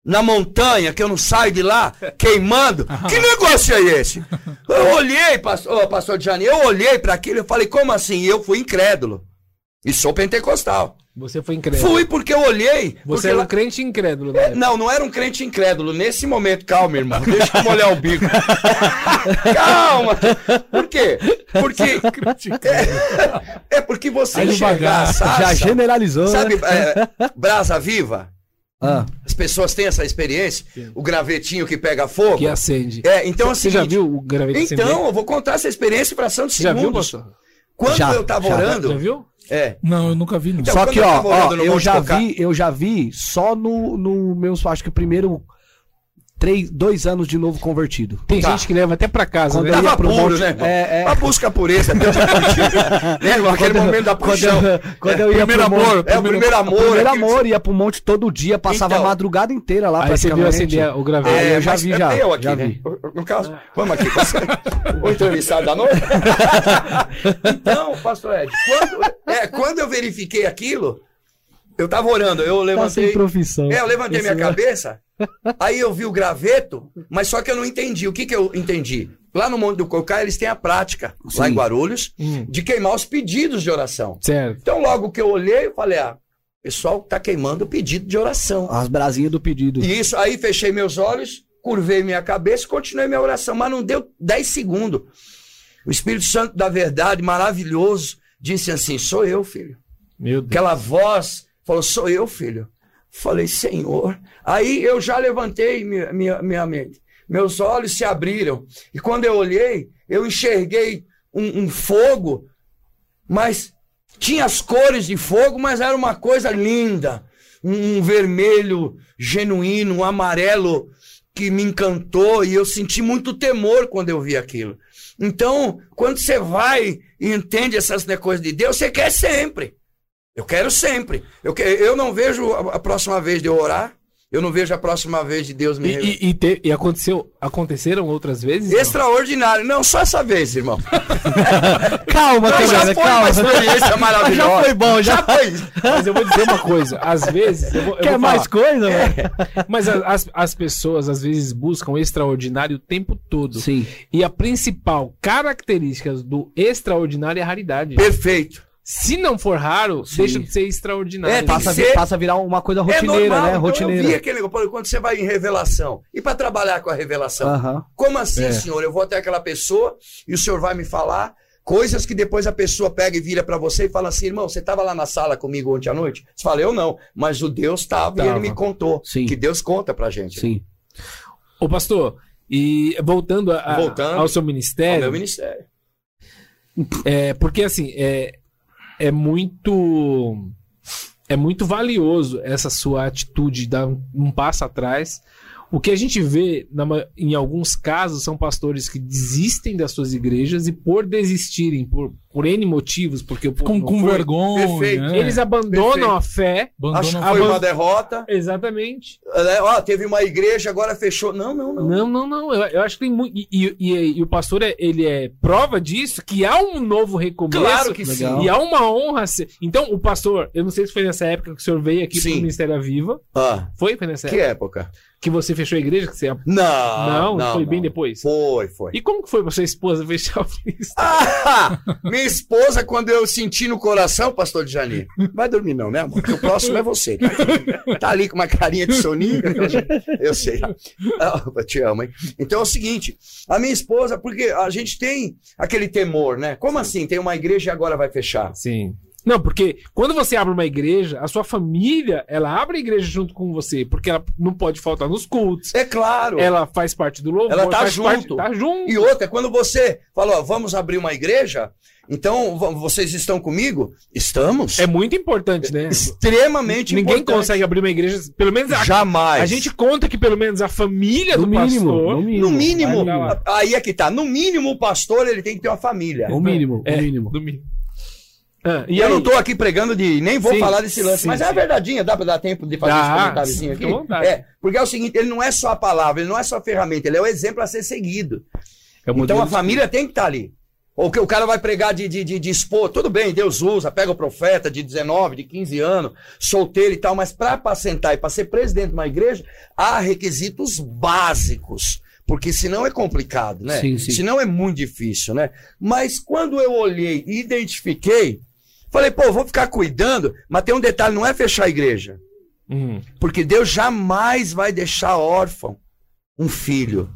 Speaker 4: na montanha, que eu não saio de lá, queimando. que negócio é esse? Eu olhei, pastor, oh, pastor Gianni, eu olhei para aquilo e falei, como assim? E Eu fui incrédulo e sou pentecostal.
Speaker 1: Você foi incrédulo.
Speaker 4: Fui porque eu olhei.
Speaker 1: Você
Speaker 4: porque
Speaker 1: era um
Speaker 4: lá-
Speaker 1: crente incrédulo, né?
Speaker 4: É, Não, não era um crente incrédulo. Nesse momento, calma, irmão. Deixa eu molhar o bico. calma. Por quê? Porque. É, é porque você
Speaker 2: Aí
Speaker 4: enxergar
Speaker 2: devagar,
Speaker 4: a
Speaker 3: Já né?
Speaker 4: Sasha,
Speaker 3: generalizou,
Speaker 4: Sabe, é, brasa viva?
Speaker 3: Ah,
Speaker 4: As pessoas têm essa experiência. O gravetinho que pega fogo.
Speaker 3: assim.
Speaker 1: Que acende.
Speaker 4: É, então
Speaker 1: Você
Speaker 4: assim.
Speaker 1: já viu o gravete acender?
Speaker 4: Então, eu vou contar essa experiência em fração de
Speaker 1: Você já viu,
Speaker 4: segundos.
Speaker 1: pastor?
Speaker 4: Quando
Speaker 3: Já,
Speaker 4: eu tava
Speaker 3: já.
Speaker 4: orando.
Speaker 1: Já viu?
Speaker 4: É.
Speaker 2: Não, eu nunca vi, não.
Speaker 4: Então,
Speaker 3: Só
Speaker 4: quando
Speaker 3: que,
Speaker 4: eu
Speaker 3: ó,
Speaker 4: tava orando
Speaker 3: ó,
Speaker 4: no
Speaker 3: eu
Speaker 4: Monte
Speaker 3: já
Speaker 4: Cocá-
Speaker 3: vi, eu já vi só no, no meus, acho que o primeiro três, dois anos de novo convertido.
Speaker 1: Tem
Speaker 4: Tá.
Speaker 1: gente que leva até pra casa,
Speaker 3: Quando
Speaker 1: né?
Speaker 3: eu
Speaker 4: Tava
Speaker 3: ia pro
Speaker 4: puro,
Speaker 3: monte,
Speaker 4: né, irmão?
Speaker 3: É, é.
Speaker 4: A busca por esse, até né, irmão? Aquele
Speaker 3: Quando eu-
Speaker 4: momento da
Speaker 3: quando
Speaker 4: paixão.
Speaker 3: eu- quando eu ia
Speaker 4: primeiro
Speaker 3: pro
Speaker 4: amor,
Speaker 3: monte-
Speaker 4: é o primeiro amor.
Speaker 3: Primeiro
Speaker 4: aquele-
Speaker 3: amor, ia pro monte todo dia, passava
Speaker 4: Então.
Speaker 3: a madrugada inteira lá
Speaker 1: Aí você viu assim, né? acender o gravete.
Speaker 3: É, eu já
Speaker 4: mas
Speaker 3: vi,
Speaker 4: é
Speaker 3: já,
Speaker 4: teu aqui,
Speaker 3: já
Speaker 4: né?
Speaker 3: vi.
Speaker 4: No caso, vamos aqui. você- o entrevistado da noite. então, pastor Ed, quando, é, quando eu verifiquei aquilo, eu tava orando,
Speaker 3: Tá
Speaker 4: eu
Speaker 3: sem
Speaker 4: levantei.
Speaker 3: profissão.
Speaker 4: É, eu levantei
Speaker 3: Esse
Speaker 4: minha
Speaker 3: lá.
Speaker 4: cabeça, aí eu vi o graveto, mas só que eu não entendi. O que que eu entendi? Lá no Monte do Cocá, eles têm a prática, lá em
Speaker 3: Sim.
Speaker 4: Guarulhos,
Speaker 1: Hum,
Speaker 4: de queimar os pedidos de oração.
Speaker 1: certo.
Speaker 4: Então, logo que eu olhei, eu falei, ah, o pessoal tá queimando o pedido de oração.
Speaker 3: As brasinhas do pedido.
Speaker 4: E isso, aí fechei meus olhos, curvei minha cabeça e continuei minha oração. Mas não deu 10 segundos. O Espírito Santo da verdade, maravilhoso, disse assim: sou eu, filho.
Speaker 1: Meu Deus.
Speaker 4: Aquela voz falou: sou eu, filho. Falei, Senhor. Aí eu já levantei minha, minha, minha mente. Meus olhos se abriram. E quando eu olhei, eu enxerguei um, um fogo, mas tinha as cores de fogo, mas era uma coisa linda. Um, um vermelho genuíno, um amarelo que me encantou e eu senti muito temor quando eu vi aquilo. Então, quando você vai e entende essas né, coisas de Deus, você quer sempre. Eu quero sempre. Eu, que- eu não vejo a, a próxima vez de eu orar, eu não vejo a próxima vez de Deus me revelar.
Speaker 1: E, e- e te- e aconteceu, aconteceram outras vezes? não?
Speaker 4: Extraordinário. Não, só essa vez, irmão.
Speaker 3: Calma,
Speaker 4: Não, já
Speaker 3: Teixeira,
Speaker 4: foi
Speaker 3: né?
Speaker 4: uma
Speaker 3: calma.
Speaker 4: experiência maravilhosa.
Speaker 3: Já foi bom, já
Speaker 4: foi.
Speaker 1: Mas eu vou dizer uma coisa. Às vezes. Eu vou, eu
Speaker 3: Quer
Speaker 1: vou
Speaker 3: mais
Speaker 1: falar,
Speaker 3: coisa, velho?
Speaker 1: Mas a- as, as pessoas às vezes buscam o extraordinário o tempo todo.
Speaker 3: É, Sim.
Speaker 1: E a principal característica do extraordinário é a raridade.
Speaker 4: Perfeito.
Speaker 1: Se não for raro,
Speaker 3: Sim.
Speaker 1: deixa de ser extraordinário.
Speaker 4: É, tá
Speaker 3: Passa, a vi-
Speaker 4: Você-
Speaker 3: passa a virar uma coisa
Speaker 4: é
Speaker 3: rotineira,
Speaker 4: normal.
Speaker 3: né?
Speaker 4: Então Eu vi
Speaker 3: Rotineira.
Speaker 4: aquele negócio. Quando você vai em revelação. E para trabalhar com a revelação?
Speaker 3: Aham.
Speaker 4: Como assim,
Speaker 1: É.
Speaker 4: senhor? Eu vou até aquela pessoa e o senhor vai me falar coisas que depois a pessoa pega e vira para você e fala assim, irmão, você estava lá na sala comigo ontem à noite? Você fala, eu não, mas o Deus estava e
Speaker 1: Tava.
Speaker 4: ele me contou.
Speaker 3: Sim.
Speaker 4: Que Deus conta pra gente.
Speaker 3: Sim.
Speaker 1: Ô, pastor, e voltando, a- a-
Speaker 4: Voltando.
Speaker 1: ao seu
Speaker 4: É o
Speaker 1: ministério,
Speaker 4: meu ministério.
Speaker 1: é, porque assim, é, é muito. É muito valioso essa sua atitude, dar um, um passo atrás. O que a gente vê, na ma- em alguns casos, são pastores que desistem das suas igrejas e, por desistirem, por, por N motivos, porque o povo
Speaker 2: Com,
Speaker 1: não
Speaker 2: com
Speaker 1: foi,
Speaker 2: vergonha.
Speaker 4: Perfeito.
Speaker 2: né?
Speaker 1: eles abandonam a fé.
Speaker 2: Abandonam
Speaker 4: Acho que
Speaker 2: a
Speaker 4: foi
Speaker 2: fé.
Speaker 4: uma derrota.
Speaker 1: Exatamente.
Speaker 4: né? Ó, teve uma igreja, agora fechou. Não, não, não.
Speaker 1: Não, não, não. Eu, eu acho que tem muito. E, e- e- e o pastor, é- ele é prova disso, que há um novo recomeço.
Speaker 4: Claro que sim.
Speaker 3: Legal.
Speaker 1: E há uma honra. a ser- Então, o pastor, eu não sei se foi nessa época que o senhor veio aqui
Speaker 4: Sim.
Speaker 1: pro Ministério Viva.
Speaker 4: Ah,
Speaker 1: Foi? Foi nessa
Speaker 4: que
Speaker 1: época?
Speaker 4: época?
Speaker 1: Que você fechou a igreja? Que você...
Speaker 4: Não,
Speaker 1: não, foi bem depois.
Speaker 4: Foi, foi.
Speaker 1: E como que foi pra sua esposa fechar o ministério?
Speaker 4: Ah, minha esposa, quando eu senti no coração, pastor Djani, vai dormir não, né, amor? Porque o próximo é você. Tá, Tá ali com uma carinha de soninho. né, Eu sei. Ah, eu te amo, hein? Então é o seguinte, a minha esposa, porque a gente tem aquele temor, né? Como assim? Tem uma igreja e agora vai fechar?
Speaker 1: Sim. Não, porque quando você abre uma igreja, a sua família, ela abre a igreja junto com você, porque ela não pode faltar nos cultos.
Speaker 4: É claro.
Speaker 1: Ela faz parte do louvor.
Speaker 4: Ela tá
Speaker 1: faz
Speaker 4: junto.
Speaker 1: parte- tá junto.
Speaker 4: E outra, quando você fala, ó, vamos abrir uma igreja, então v- vocês estão comigo? Estamos.
Speaker 1: É muito importante, né?
Speaker 4: extremamente
Speaker 1: Ninguém
Speaker 4: importante.
Speaker 1: consegue abrir uma igreja, pelo menos a,
Speaker 4: Jamais.
Speaker 1: a gente conta que pelo menos a família
Speaker 3: No
Speaker 1: do
Speaker 3: mínimo,
Speaker 1: pastor.
Speaker 3: no mínimo.
Speaker 4: No mínimo,
Speaker 1: vai lá.
Speaker 4: aí é que tá. No mínimo, o pastor ele tem que ter uma família.
Speaker 3: O mínimo,
Speaker 1: É,
Speaker 3: o mínimo.
Speaker 1: do mínimo. Ah,
Speaker 4: E
Speaker 1: e
Speaker 4: eu
Speaker 1: aí?
Speaker 4: não tô aqui pregando de. Nem vou
Speaker 1: Sim,
Speaker 4: falar desse lance,
Speaker 1: sim,
Speaker 4: mas é a
Speaker 1: sim.
Speaker 4: verdadinha, dá pra dar tempo de fazer
Speaker 1: Dá,
Speaker 4: esse comentáriozinho
Speaker 1: fica à
Speaker 4: aqui?
Speaker 1: vontade.
Speaker 4: É, porque é o seguinte: ele não é só a palavra, ele não é só a ferramenta, ele é o exemplo a ser seguido.
Speaker 1: É o
Speaker 4: Então
Speaker 1: modelo
Speaker 4: a família tem que estar ali. Ou que o cara vai pregar de, de, de, de expor, tudo bem, Deus usa, pega o profeta de 19, de 15 anos, solteiro e tal, mas para apacentar e para ser presidente de uma igreja, há requisitos básicos. Porque senão é complicado, né?
Speaker 3: Sim, sim.
Speaker 4: Senão é muito difícil, né? Mas quando eu olhei e identifiquei, Falei, pô, vou ficar cuidando, mas tem um detalhe, não é fechar a igreja.
Speaker 1: Hum.
Speaker 4: Porque Deus jamais vai deixar órfão um filho.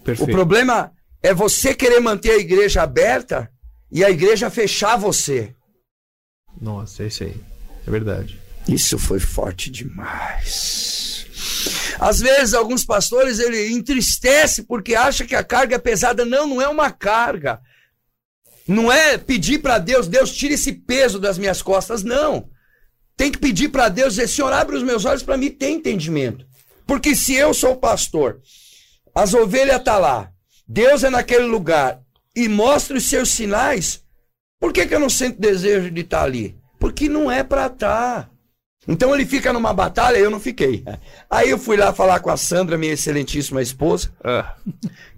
Speaker 4: O
Speaker 1: Perfeito.
Speaker 4: problema é você querer manter a igreja aberta e a igreja fechar você.
Speaker 1: Nossa, é isso aí. É verdade.
Speaker 4: Isso foi forte demais. Às vezes alguns pastores ele entristece porque acha que a carga é pesada. Não, não é uma carga. Não é pedir para Deus, Deus tira esse peso das minhas costas. Não. Tem que pedir para Deus, dizer, Senhor, abre os meus olhos para mim ter entendimento. Porque se eu sou pastor, as ovelhas tá lá, Deus é naquele lugar e mostra os seus sinais, por que, que eu não sinto desejo de estar ali? Porque não é para estar. Então ele fica numa batalha e eu não fiquei. Aí eu fui lá falar com a Sandra, minha excelentíssima esposa,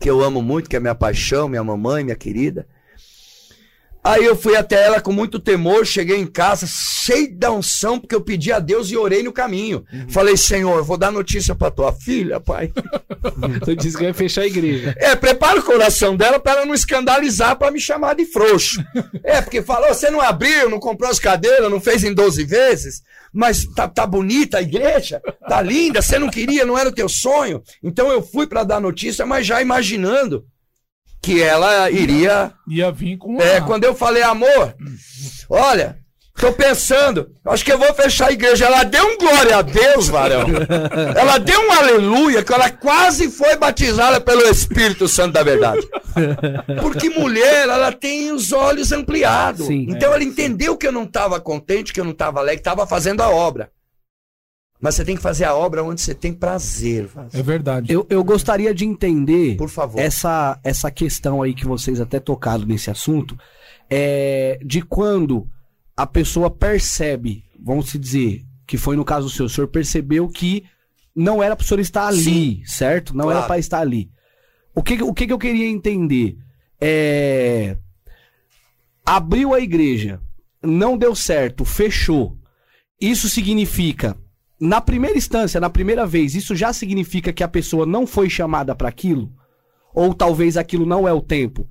Speaker 4: que eu amo muito, que é minha paixão, minha mamãe, minha querida. Aí eu fui até ela com muito temor, cheguei em casa cheio da unção, porque eu pedi a Deus e orei no caminho. Falei, Senhor, eu vou dar notícia para tua filha, pai.
Speaker 1: Então disse que vai fechar a igreja.
Speaker 4: É, prepara o coração dela para ela não escandalizar, para me chamar de frouxo. É, porque falou, você não abriu, não comprou as cadeiras, não fez em 12 vezes, mas tá, tá bonita a igreja, tá linda, você não queria, não era o teu sonho. Então eu fui para dar notícia, mas já imaginando que ela iria
Speaker 2: Ia vir com.
Speaker 4: é,
Speaker 2: a-
Speaker 4: quando eu falei, amor, olha, tô pensando, acho que eu vou fechar a igreja. Ela deu um glória a Deus, varão. Ela deu um aleluia, que ela quase foi batizada pelo Espírito Santo da verdade. Porque mulher, ela tem os olhos ampliados.
Speaker 3: Sim.
Speaker 4: então ela entendeu que eu não estava contente, que eu não estava alegre, estava fazendo a obra. Mas você tem que fazer a obra onde você tem prazer, varão.
Speaker 2: É verdade.
Speaker 3: Eu, eu gostaria de entender
Speaker 4: por favor.
Speaker 3: essa, essa questão aí que vocês até tocaram nesse assunto, é de quando a pessoa percebe, vamos se dizer, que foi no caso do seu, o senhor percebeu que não era pro senhor estar ali, certo? Não era
Speaker 4: Claro.
Speaker 3: para estar ali. O que, que- o que, que eu queria entender? É, Abriu a igreja, não deu certo, fechou. Isso significa, na primeira instância, na primeira vez, isso já significa que a pessoa não foi chamada para aquilo? Ou talvez aquilo não é o tempo?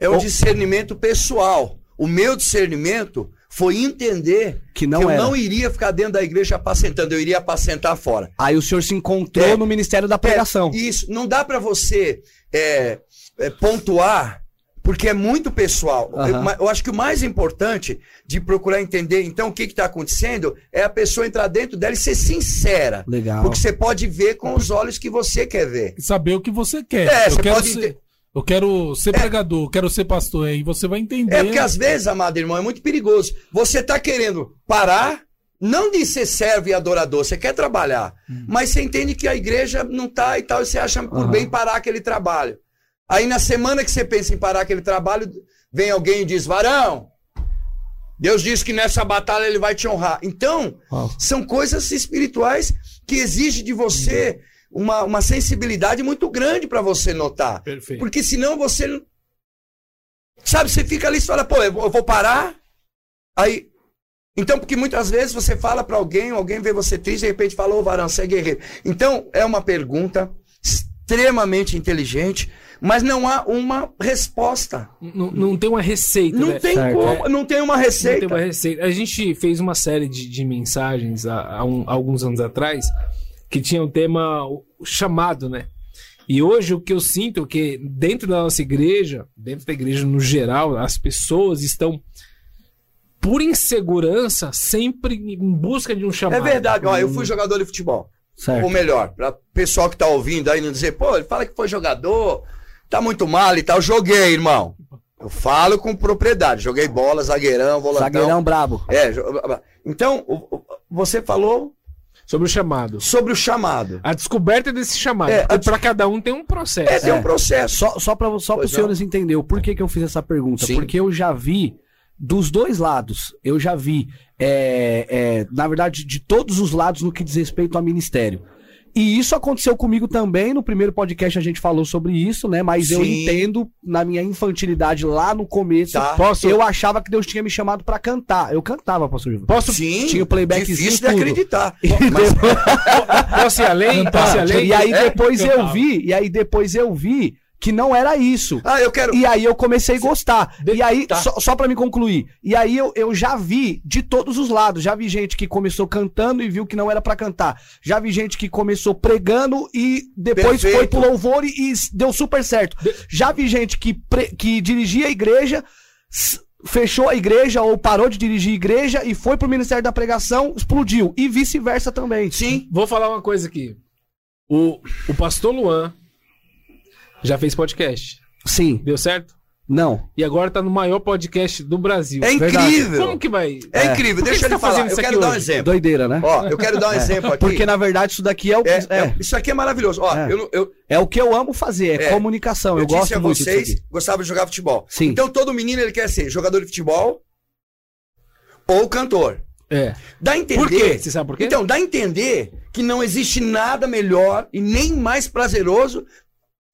Speaker 4: É o
Speaker 3: Bom-
Speaker 4: discernimento pessoal. O meu discernimento foi entender
Speaker 3: Que não
Speaker 4: que eu
Speaker 3: era.
Speaker 4: não iria ficar dentro da igreja apacentando, eu iria apacentar fora.
Speaker 3: Aí o senhor se encontrou
Speaker 4: É.
Speaker 3: no Ministério da Pregação.
Speaker 4: É, isso, não dá pra você é, é, pontuar, porque é muito pessoal.
Speaker 3: Aham.
Speaker 4: Eu, ma- eu acho que o mais importante de procurar entender, então, o que está acontecendo é a pessoa entrar dentro dela e ser sincera.
Speaker 3: Legal.
Speaker 4: Porque você pode ver com os olhos que você quer ver.
Speaker 2: Saber o que você quer.
Speaker 4: É,
Speaker 2: eu,
Speaker 4: você
Speaker 2: quero
Speaker 4: pode
Speaker 2: ser,
Speaker 4: ente-
Speaker 2: eu quero ser pregador, eu quero ser pastor. Aí você vai entender.
Speaker 4: É porque às vezes, amado irmão, é muito perigoso. Você tá querendo parar, não de ser servo e adorador, você quer trabalhar, mas você entende que a igreja não tá e tal, e você acha por
Speaker 3: Aham.
Speaker 4: bem parar aquele trabalho. Aí na semana que você pensa em parar aquele trabalho, vem alguém e diz: Varão, Deus disse que nessa batalha ele vai te honrar. Então,
Speaker 3: Uau.
Speaker 4: são coisas espirituais que exigem de você uma, uma sensibilidade muito grande para você notar.
Speaker 1: Perfeito.
Speaker 4: Porque senão você. não- Sabe, você fica ali e fala, pô, eu vou eu vou parar. Aí. Então, porque muitas vezes você fala pra alguém, alguém vê você triste, de repente fala, ô varão, você é guerreiro. Então, é uma pergunta extremamente inteligente, mas não há uma resposta.
Speaker 1: Não, não tem uma receita,
Speaker 4: Não
Speaker 1: né?
Speaker 4: tem
Speaker 3: certo.
Speaker 4: como, não tem uma
Speaker 1: Não
Speaker 4: receita.
Speaker 1: tem uma receita. A gente fez uma série de, de mensagens há, há um- alguns anos atrás que tinha um tema o- chamado, né? E hoje o que eu sinto é que dentro da nossa igreja, dentro da igreja no geral, as pessoas estão por insegurança sempre em busca de um
Speaker 4: É
Speaker 1: chamado.
Speaker 4: verdade, ó, eu fui jogador de futebol.
Speaker 3: Certo.
Speaker 4: Ou melhor, para pessoal que tá ouvindo aí não dizer, pô, ele fala que foi jogador, tá muito mal e tal. Joguei, irmão. Eu falo com propriedade. Joguei bola, zagueirão, volantão.
Speaker 3: Zagueirão brabo.
Speaker 4: É, jo- então, o- o- você falou
Speaker 1: Sobre o chamado.
Speaker 4: sobre o chamado.
Speaker 1: A descoberta desse chamado.
Speaker 4: É, a
Speaker 1: porque
Speaker 4: des-
Speaker 1: pra cada um tem um
Speaker 4: É,
Speaker 1: processo.
Speaker 4: tem um processo.
Speaker 3: Só, só para só os
Speaker 4: Pois não.
Speaker 3: senhores entenderem o porquê que eu fiz essa pergunta.
Speaker 4: Sim.
Speaker 3: Porque eu já vi dos dois lados. Eu já vi, é, é, na verdade, de todos os lados no que diz respeito a ministério. E isso aconteceu comigo também. No primeiro podcast a gente falou sobre isso, né? Mas eu
Speaker 4: Sim.
Speaker 3: entendo, na minha infantilidade, lá no começo,
Speaker 4: Tá.
Speaker 1: Posso,
Speaker 3: eu achava que Deus tinha me chamado pra cantar. Eu cantava, pastor Ivan.
Speaker 1: posso,
Speaker 4: Sim,
Speaker 3: Tinha o playbackzinho
Speaker 4: difícil de
Speaker 3: tudo.
Speaker 4: acreditar.
Speaker 1: posso ir além?
Speaker 2: Cantar.
Speaker 1: Posso ir
Speaker 3: Tá,
Speaker 1: além?
Speaker 3: e aí
Speaker 4: É,
Speaker 3: depois eu
Speaker 2: cantava.
Speaker 3: vi, e aí depois eu vi que não era isso.
Speaker 4: Ah, eu quero.
Speaker 3: E aí eu comecei a gostar.
Speaker 1: De-
Speaker 3: E aí,
Speaker 1: tá.
Speaker 3: só, só para me concluir, e aí eu, eu já vi de todos os lados. Já vi gente que começou cantando e viu que não era pra cantar. Já vi gente que começou pregando e depois
Speaker 4: Perfeito.
Speaker 3: foi pro louvor e, e s- deu super certo. Já vi gente que, pre- que dirigia a igreja. s- Fechou a igreja ou parou de dirigir a igreja e foi pro Ministério da Pregação, explodiu. E vice-versa também.
Speaker 4: Sim.
Speaker 1: Vou falar uma coisa aqui. O, o pastor Luan já fez podcast.
Speaker 3: Sim.
Speaker 1: Deu certo?
Speaker 3: Não.
Speaker 1: E agora tá no maior podcast do Brasil.
Speaker 4: É
Speaker 3: Verdade.
Speaker 4: incrível.
Speaker 1: Como que vai?
Speaker 4: É,
Speaker 3: É.
Speaker 4: incrível.
Speaker 1: Por que
Speaker 4: Deixa
Speaker 1: você
Speaker 4: eu
Speaker 1: tá
Speaker 4: lhe falar.
Speaker 1: fazendo
Speaker 4: Eu
Speaker 1: isso
Speaker 4: quero
Speaker 1: aqui
Speaker 4: dar um
Speaker 1: hoje?
Speaker 4: exemplo.
Speaker 3: Doideira, né?
Speaker 4: Ó, eu quero dar um exemplo aqui.
Speaker 3: Porque na verdade isso daqui é o,
Speaker 4: É,
Speaker 3: é.
Speaker 4: é, Isso aqui é maravilhoso. Ó,
Speaker 3: É.
Speaker 4: eu, não- eu,
Speaker 3: É o que eu amo fazer, é,
Speaker 4: É.
Speaker 3: comunicação.
Speaker 4: eu,
Speaker 3: Eu,
Speaker 4: disse
Speaker 3: gosto
Speaker 4: a
Speaker 3: muito disso
Speaker 4: vocês,
Speaker 3: aqui.
Speaker 4: gostava de jogar futebol.
Speaker 3: Sim.
Speaker 4: Então todo menino ele quer ser jogador de futebol ou cantor.
Speaker 1: É.
Speaker 4: Dá a entender.
Speaker 1: Por quê? Você sabe por quê?
Speaker 4: Então, dá a entender que não existe nada melhor e nem mais prazeroso.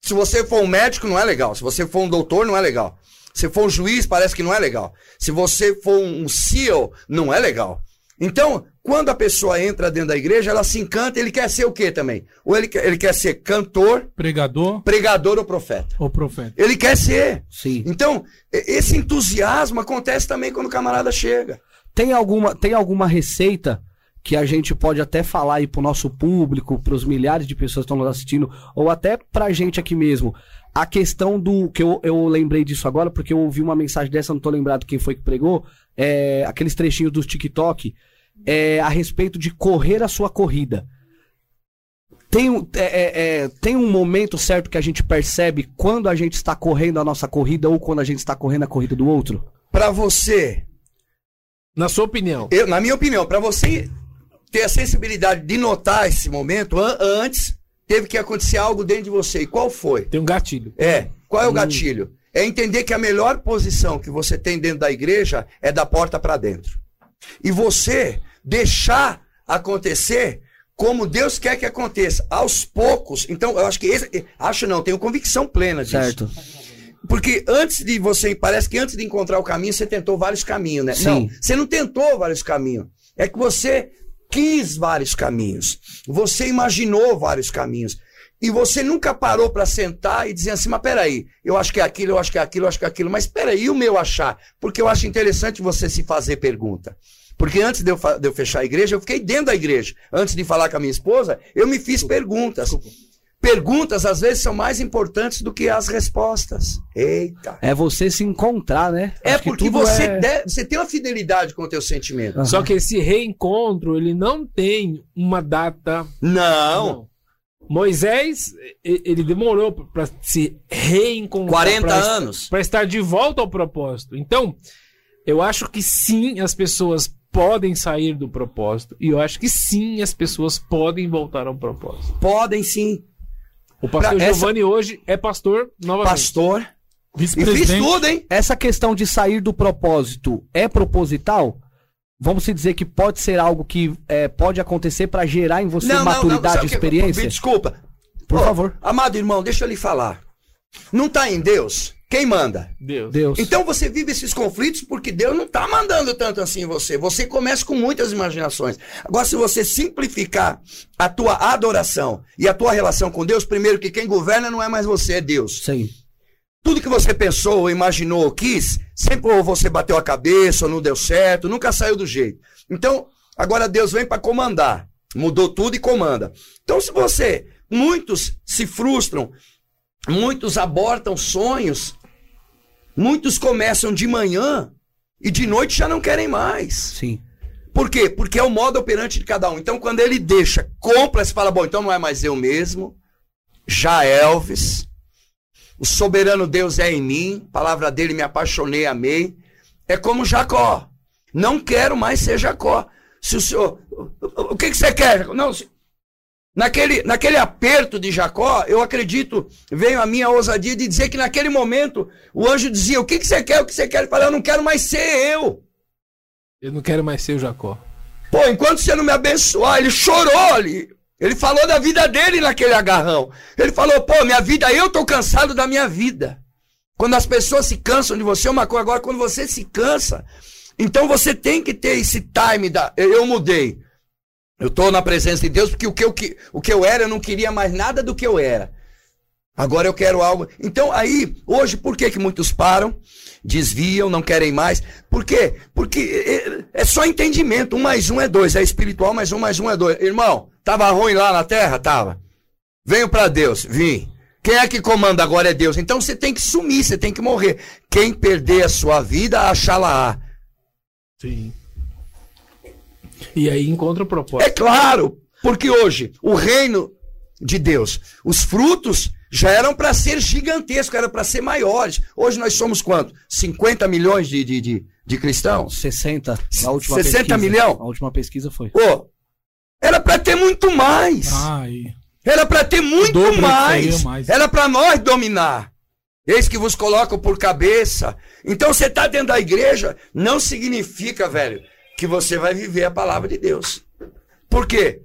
Speaker 4: Se você for um médico, não é legal. Se você for um doutor, não é legal. Se for um juiz, parece que não é legal. Se você for um CEO, não é legal. Então, quando a pessoa entra dentro da igreja, ela se encanta, ele quer ser o quê também? Ou ele quer, ele quer ser cantor,
Speaker 2: Pregador
Speaker 4: pregador ou profeta?
Speaker 2: ou profeta?
Speaker 4: Ele quer ser.
Speaker 3: Sim.
Speaker 4: Então, e- esse entusiasmo acontece também quando o camarada chega.
Speaker 3: Tem alguma, tem alguma receita que a gente pode até falar aí pro nosso público, pros milhares de pessoas que estão nos assistindo, ou até pra gente aqui mesmo. A questão do. que eu, eu lembrei disso agora, porque eu ouvi uma mensagem dessa, não tô lembrado quem foi que pregou. é, aqueles trechinhos do TikTok é, a respeito de correr a sua corrida. Tem, um- é, é, é, tem um momento certo que a gente percebe quando a gente está correndo a nossa corrida ou quando a gente está correndo a corrida do outro?
Speaker 4: Pra você
Speaker 1: Na sua opinião.
Speaker 4: Eu, na minha opinião, para você ter a sensibilidade de notar esse momento an- antes, teve que acontecer algo dentro de você. E qual foi?
Speaker 1: Tem um gatilho.
Speaker 4: É, qual é o gatilho? É entender que a melhor posição que você tem dentro da igreja é da porta para dentro. E você deixar acontecer como Deus quer que aconteça, aos poucos. Então, eu acho que esse, acho não, tenho convicção plena disso.
Speaker 3: Certo.
Speaker 4: Porque antes de você, parece que antes de encontrar o caminho, você tentou vários caminhos, né?
Speaker 3: Sim.
Speaker 4: Não, você não tentou vários caminhos. É que você quis vários caminhos. Você imaginou vários caminhos. E você nunca parou para sentar e dizer assim, mas peraí, eu acho que é aquilo, eu acho que é aquilo, eu acho que é aquilo, mas peraí, e o meu achar? Porque eu acho interessante você se fazer pergunta. Porque antes de eu, fa- de eu fechar a igreja, eu fiquei dentro da igreja. Antes de falar com a minha esposa, eu me fiz perguntas. Perguntas, às vezes, são mais importantes do que as respostas. Eita.
Speaker 3: É você se encontrar, né?
Speaker 4: É
Speaker 3: Acho que
Speaker 4: porque
Speaker 3: tudo
Speaker 4: você,
Speaker 3: é- Ah.
Speaker 4: deve- você tem uma fidelidade com o teu sentimento.
Speaker 3: Aham.
Speaker 1: Só que esse reencontro, ele não tem uma data.
Speaker 4: Não.
Speaker 1: Moisés, e- ele demorou pra se reencontrar.
Speaker 4: 40
Speaker 1: pra
Speaker 4: anos.
Speaker 1: para estar de volta ao propósito. Então, eu acho que sim, as pessoas podem sair do propósito e eu acho que sim, as pessoas podem voltar ao propósito.
Speaker 4: Podem sim.
Speaker 1: O pastor
Speaker 4: Pra essa-
Speaker 1: Giovanni hoje é pastor novamente.
Speaker 4: Pastor. E fiz
Speaker 2: Vice-presidente.
Speaker 4: tudo, hein?
Speaker 3: Essa questão de sair do propósito é proposital? Vamos se dizer que pode ser algo que é, pode acontecer pra gerar em você maturidade
Speaker 4: sabe
Speaker 3: e
Speaker 4: o que-
Speaker 3: experiência?
Speaker 4: Me desculpa.
Speaker 3: Por
Speaker 4: Ô,
Speaker 3: favor.
Speaker 4: Amado irmão, deixa eu lhe falar. Não tá em Deus? Quem manda?
Speaker 1: Deus.
Speaker 3: Deus.
Speaker 4: Então você vive esses conflitos porque Deus não está mandando tanto assim em você. Você começa com muitas imaginações. Agora, se você simplificar a tua adoração e a tua relação com Deus, primeiro que quem governa não é mais você, é Deus.
Speaker 3: Sim.
Speaker 4: Tudo que você pensou, imaginou ou quis, sempre ou você bateu a cabeça, ou não deu certo, nunca saiu do jeito. Então, agora Deus vem para comandar. Mudou tudo e comanda. Então, se você. Muitos se frustram, muitos abortam sonhos, muitos começam de manhã e de noite já não querem mais.
Speaker 3: Sim.
Speaker 4: Por quê? Porque é o modo operante de cada um. Então, quando ele deixa, compra, se fala, bom, então não é mais eu mesmo, já Elvis, o soberano Deus é em mim, palavra dele me apaixonei, amei. É como Jacó. Não quero mais ser Jacó. Se o senhor. O que, que você quer, Jacó? Não, se- Naquele, naquele aperto de Jacó, eu acredito, veio a minha ousadia de dizer que naquele momento o anjo dizia: O que, que você quer? O que você quer? Ele fala: Eu não quero mais ser eu.
Speaker 1: Eu não quero mais ser o Jacó.
Speaker 4: Pô, enquanto você não me abençoar, ele chorou ali. Ele falou da vida dele naquele agarrão. Ele falou, pô, minha vida, eu tô cansado da minha vida. Quando as pessoas se cansam de você, é uma coisa. Agora, quando você se cansa, então você tem que ter esse time da. Eu eu mudei. Eu tô na presença de Deus porque o que eu, que- o que eu era, eu não queria mais nada do que eu era. Agora eu quero algo. Então aí, hoje, por que, que muitos param, desviam, não querem mais? Por quê? Porque é é só entendimento. Um mais um é dois. É espiritual, mais um mais um é dois. Irmão, tava ruim lá na terra? Tava. Venho para Deus, vim. Quem é que comanda agora é Deus. Então você tem que sumir, você tem que morrer. Quem perder a sua vida, achá-la-á.
Speaker 1: Sim. E aí encontra o propósito.
Speaker 4: É claro, porque hoje o reino de Deus, os frutos já eram para ser gigantescos, eram para ser maiores. Hoje nós somos quanto? 50 milhões de, de, de, de cristãos?
Speaker 3: 60 na última
Speaker 4: 60
Speaker 3: pesquisa.
Speaker 4: milhão?
Speaker 3: A última pesquisa foi.
Speaker 4: Pô, era para ter muito mais.
Speaker 2: Ah, e...
Speaker 4: Era para ter muito
Speaker 2: dobro que
Speaker 4: mais.
Speaker 2: seria mais.
Speaker 4: Era para nós dominar. Eis que vos coloco por cabeça. Então você tá dentro da igreja, não significa, velho, que você vai viver a palavra de Deus. Por quê?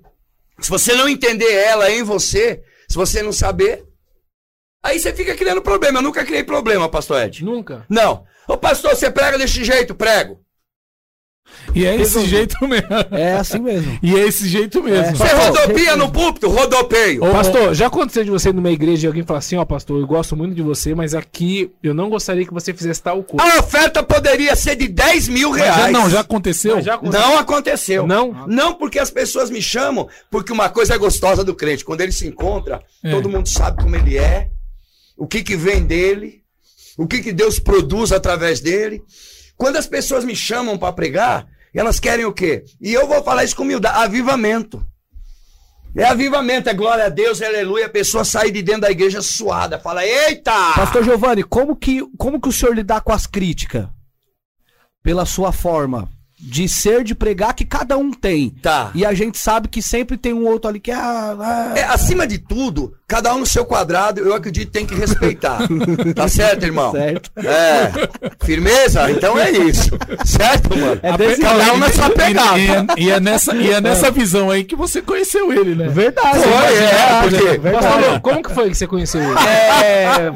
Speaker 4: Se você não entender ela em você, se você não saber, aí você fica criando problema. Eu nunca criei problema, pastor Ed.
Speaker 1: Nunca.
Speaker 4: Não. Ô pastor, você prega desse jeito, prego.
Speaker 2: e é esse jeito mesmo.
Speaker 3: É assim mesmo.
Speaker 2: E é esse jeito mesmo.
Speaker 4: Você rodopia no púlpito, rodopeio.
Speaker 2: Ô,
Speaker 1: Pastor, já aconteceu de você ir numa igreja e alguém falar assim, ó, pastor, eu gosto muito de você, mas aqui eu não gostaria que você fizesse tal coisa.
Speaker 4: A oferta poderia ser de 10 mil
Speaker 2: Mas
Speaker 4: reais.
Speaker 2: já, não, já aconteceu?
Speaker 1: Mas já aconteceu.
Speaker 4: Não aconteceu.
Speaker 1: Não?
Speaker 4: Não porque as pessoas me chamam, porque uma coisa é gostosa do crente. Quando ele se encontra,
Speaker 2: É.
Speaker 4: todo mundo sabe como ele é, o que, que vem dele, o que, que Deus produz através dele. Quando as pessoas me chamam para pregar, elas querem o quê? E eu vou falar isso com humildade: avivamento. É avivamento, é glória a Deus, aleluia. A pessoa sai de dentro da igreja suada, fala: Eita!
Speaker 3: Pastor Giovanni, como que, como que o senhor lidar com as críticas? Pela sua forma de ser, de pregar, que cada um tem.
Speaker 4: Tá.
Speaker 3: E a gente sabe que sempre tem um outro ali que ah, ah,
Speaker 4: É, acima de tudo, cada um no seu quadrado, eu acredito que tem que respeitar. tá certo, irmão?
Speaker 3: Certo.
Speaker 4: É. Firmeza? Então é isso. Certo, mano?
Speaker 3: É desse
Speaker 4: cada um
Speaker 3: jeito.
Speaker 4: na sua pegada.
Speaker 2: E, é- e é nessa, e é nessa visão aí que você conheceu ele, né?
Speaker 3: Verdade.
Speaker 4: Foi, é, porque-
Speaker 1: Pastor, Lu, como que foi que você conheceu ele?
Speaker 4: É,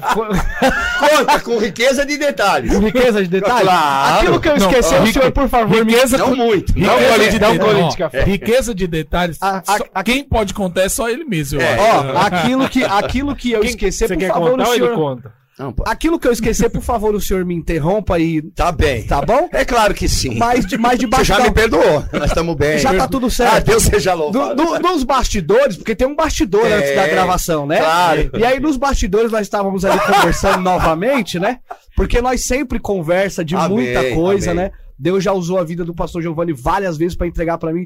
Speaker 4: Conta com riqueza de detalhes.
Speaker 3: Riqueza de detalhe?
Speaker 4: Claro.
Speaker 3: Aquilo que eu
Speaker 2: Não,
Speaker 3: esqueci,
Speaker 2: ó,
Speaker 3: o senhor,
Speaker 2: rico-
Speaker 3: por favor, me um
Speaker 2: Riqueza
Speaker 4: Não muito. Não
Speaker 2: riqueza-
Speaker 4: colhe de
Speaker 2: não,
Speaker 1: detalhes.
Speaker 2: ó,
Speaker 1: de café.
Speaker 2: Riqueza de detalhes.
Speaker 3: A- a-
Speaker 2: Só- quem pode contar é só ele mesmo. eu
Speaker 4: É.
Speaker 2: acho.
Speaker 3: Ó, aquilo que, aquilo que eu
Speaker 1: Quem-
Speaker 3: esqueci,
Speaker 1: você
Speaker 3: por
Speaker 1: quer
Speaker 3: favor,
Speaker 1: contar
Speaker 3: o
Speaker 1: ou ele
Speaker 3: senhor.
Speaker 1: conta?
Speaker 4: Não, pô.
Speaker 3: Aquilo que eu esqueci, por favor, o senhor me interrompa e.
Speaker 4: Tá bem.
Speaker 3: Tá bom?
Speaker 4: É claro que sim.
Speaker 3: Mais, de, mais
Speaker 4: Você
Speaker 3: debaixo
Speaker 4: já
Speaker 3: da-
Speaker 4: me perdoou. Nós estamos bem.
Speaker 3: Já tá tudo
Speaker 4: Ah,
Speaker 3: certo.
Speaker 4: Deus seja
Speaker 3: No-
Speaker 4: louvado.
Speaker 3: no- nos bastidores, porque tem um bastidor
Speaker 4: É,
Speaker 3: antes da gravação, né?
Speaker 4: claro.
Speaker 3: E aí nos bastidores nós estávamos ali conversando novamente, né? Porque nós sempre conversa de
Speaker 4: Amém,
Speaker 3: muita coisa,
Speaker 4: amém.
Speaker 3: né? Deus já usou a vida do pastor Giovanni várias vezes pra entregar pra mim.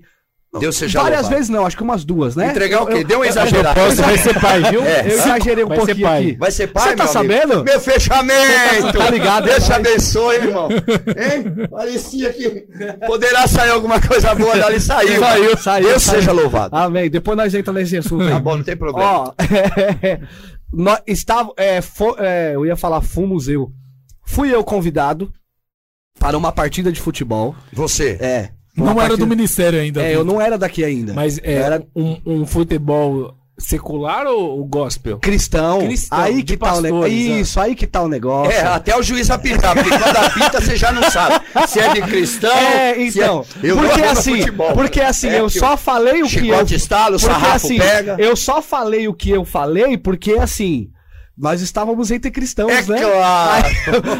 Speaker 4: Deus seja
Speaker 3: várias
Speaker 4: louvado.
Speaker 3: vezes não, acho que umas duas, né?
Speaker 4: Entregar o quê? Deu um uma
Speaker 1: O
Speaker 4: exagerada.
Speaker 1: próximo vai ser pai, viu?
Speaker 4: É.
Speaker 3: Eu exagerei um
Speaker 1: Vai ser
Speaker 3: pouquinho
Speaker 1: pai.
Speaker 3: aqui.
Speaker 4: Vai ser pai,
Speaker 3: Você tá
Speaker 4: meu
Speaker 3: sabendo?
Speaker 4: Amigo. Meu fechamento.
Speaker 3: Tá ligado,
Speaker 4: Deus te
Speaker 3: rapaz.
Speaker 4: abençoe, irmão. Hein? Parecia que poderá sair alguma coisa boa dali. Saiu.
Speaker 3: Saiu, saiu,
Speaker 4: Deus
Speaker 3: saiu.
Speaker 4: seja louvado.
Speaker 3: Amém. Depois nós entramos nesse assunto.
Speaker 4: Tá
Speaker 3: aí.
Speaker 4: bom, não tem problema.
Speaker 3: Ó, nós estava, é, fo- é, eu ia falar fomos eu. Fui eu convidado para uma partida de futebol.
Speaker 4: Você.
Speaker 3: É.
Speaker 2: não era do ministério ainda.
Speaker 3: É,
Speaker 2: Vitor.
Speaker 3: eu não era daqui ainda.
Speaker 1: Mas é,
Speaker 3: Era-
Speaker 1: um, um futebol secular ou ou gospel?
Speaker 3: Cristão.
Speaker 1: Cristão,
Speaker 3: aí
Speaker 1: de
Speaker 3: que tá o negócio.
Speaker 1: pastores, ó.
Speaker 3: Isso, aí que tá o negócio.
Speaker 4: É, até o juiz apitar, porque quando apita você já não sabe se é de cristão.
Speaker 3: É,
Speaker 4: se é-
Speaker 3: então.
Speaker 4: Eu
Speaker 3: porque,
Speaker 4: gosto do
Speaker 3: assim,
Speaker 4: futebol.
Speaker 3: porque assim,
Speaker 4: É
Speaker 3: eu
Speaker 4: que
Speaker 3: só falei o que eu.
Speaker 4: Chicote estala, o
Speaker 3: Porque
Speaker 4: sarrafo
Speaker 3: assim,
Speaker 4: pega.
Speaker 3: eu só falei o que eu falei, porque assim. Nós estávamos entre cristãos,
Speaker 4: É
Speaker 3: né? Aí,
Speaker 4: claro.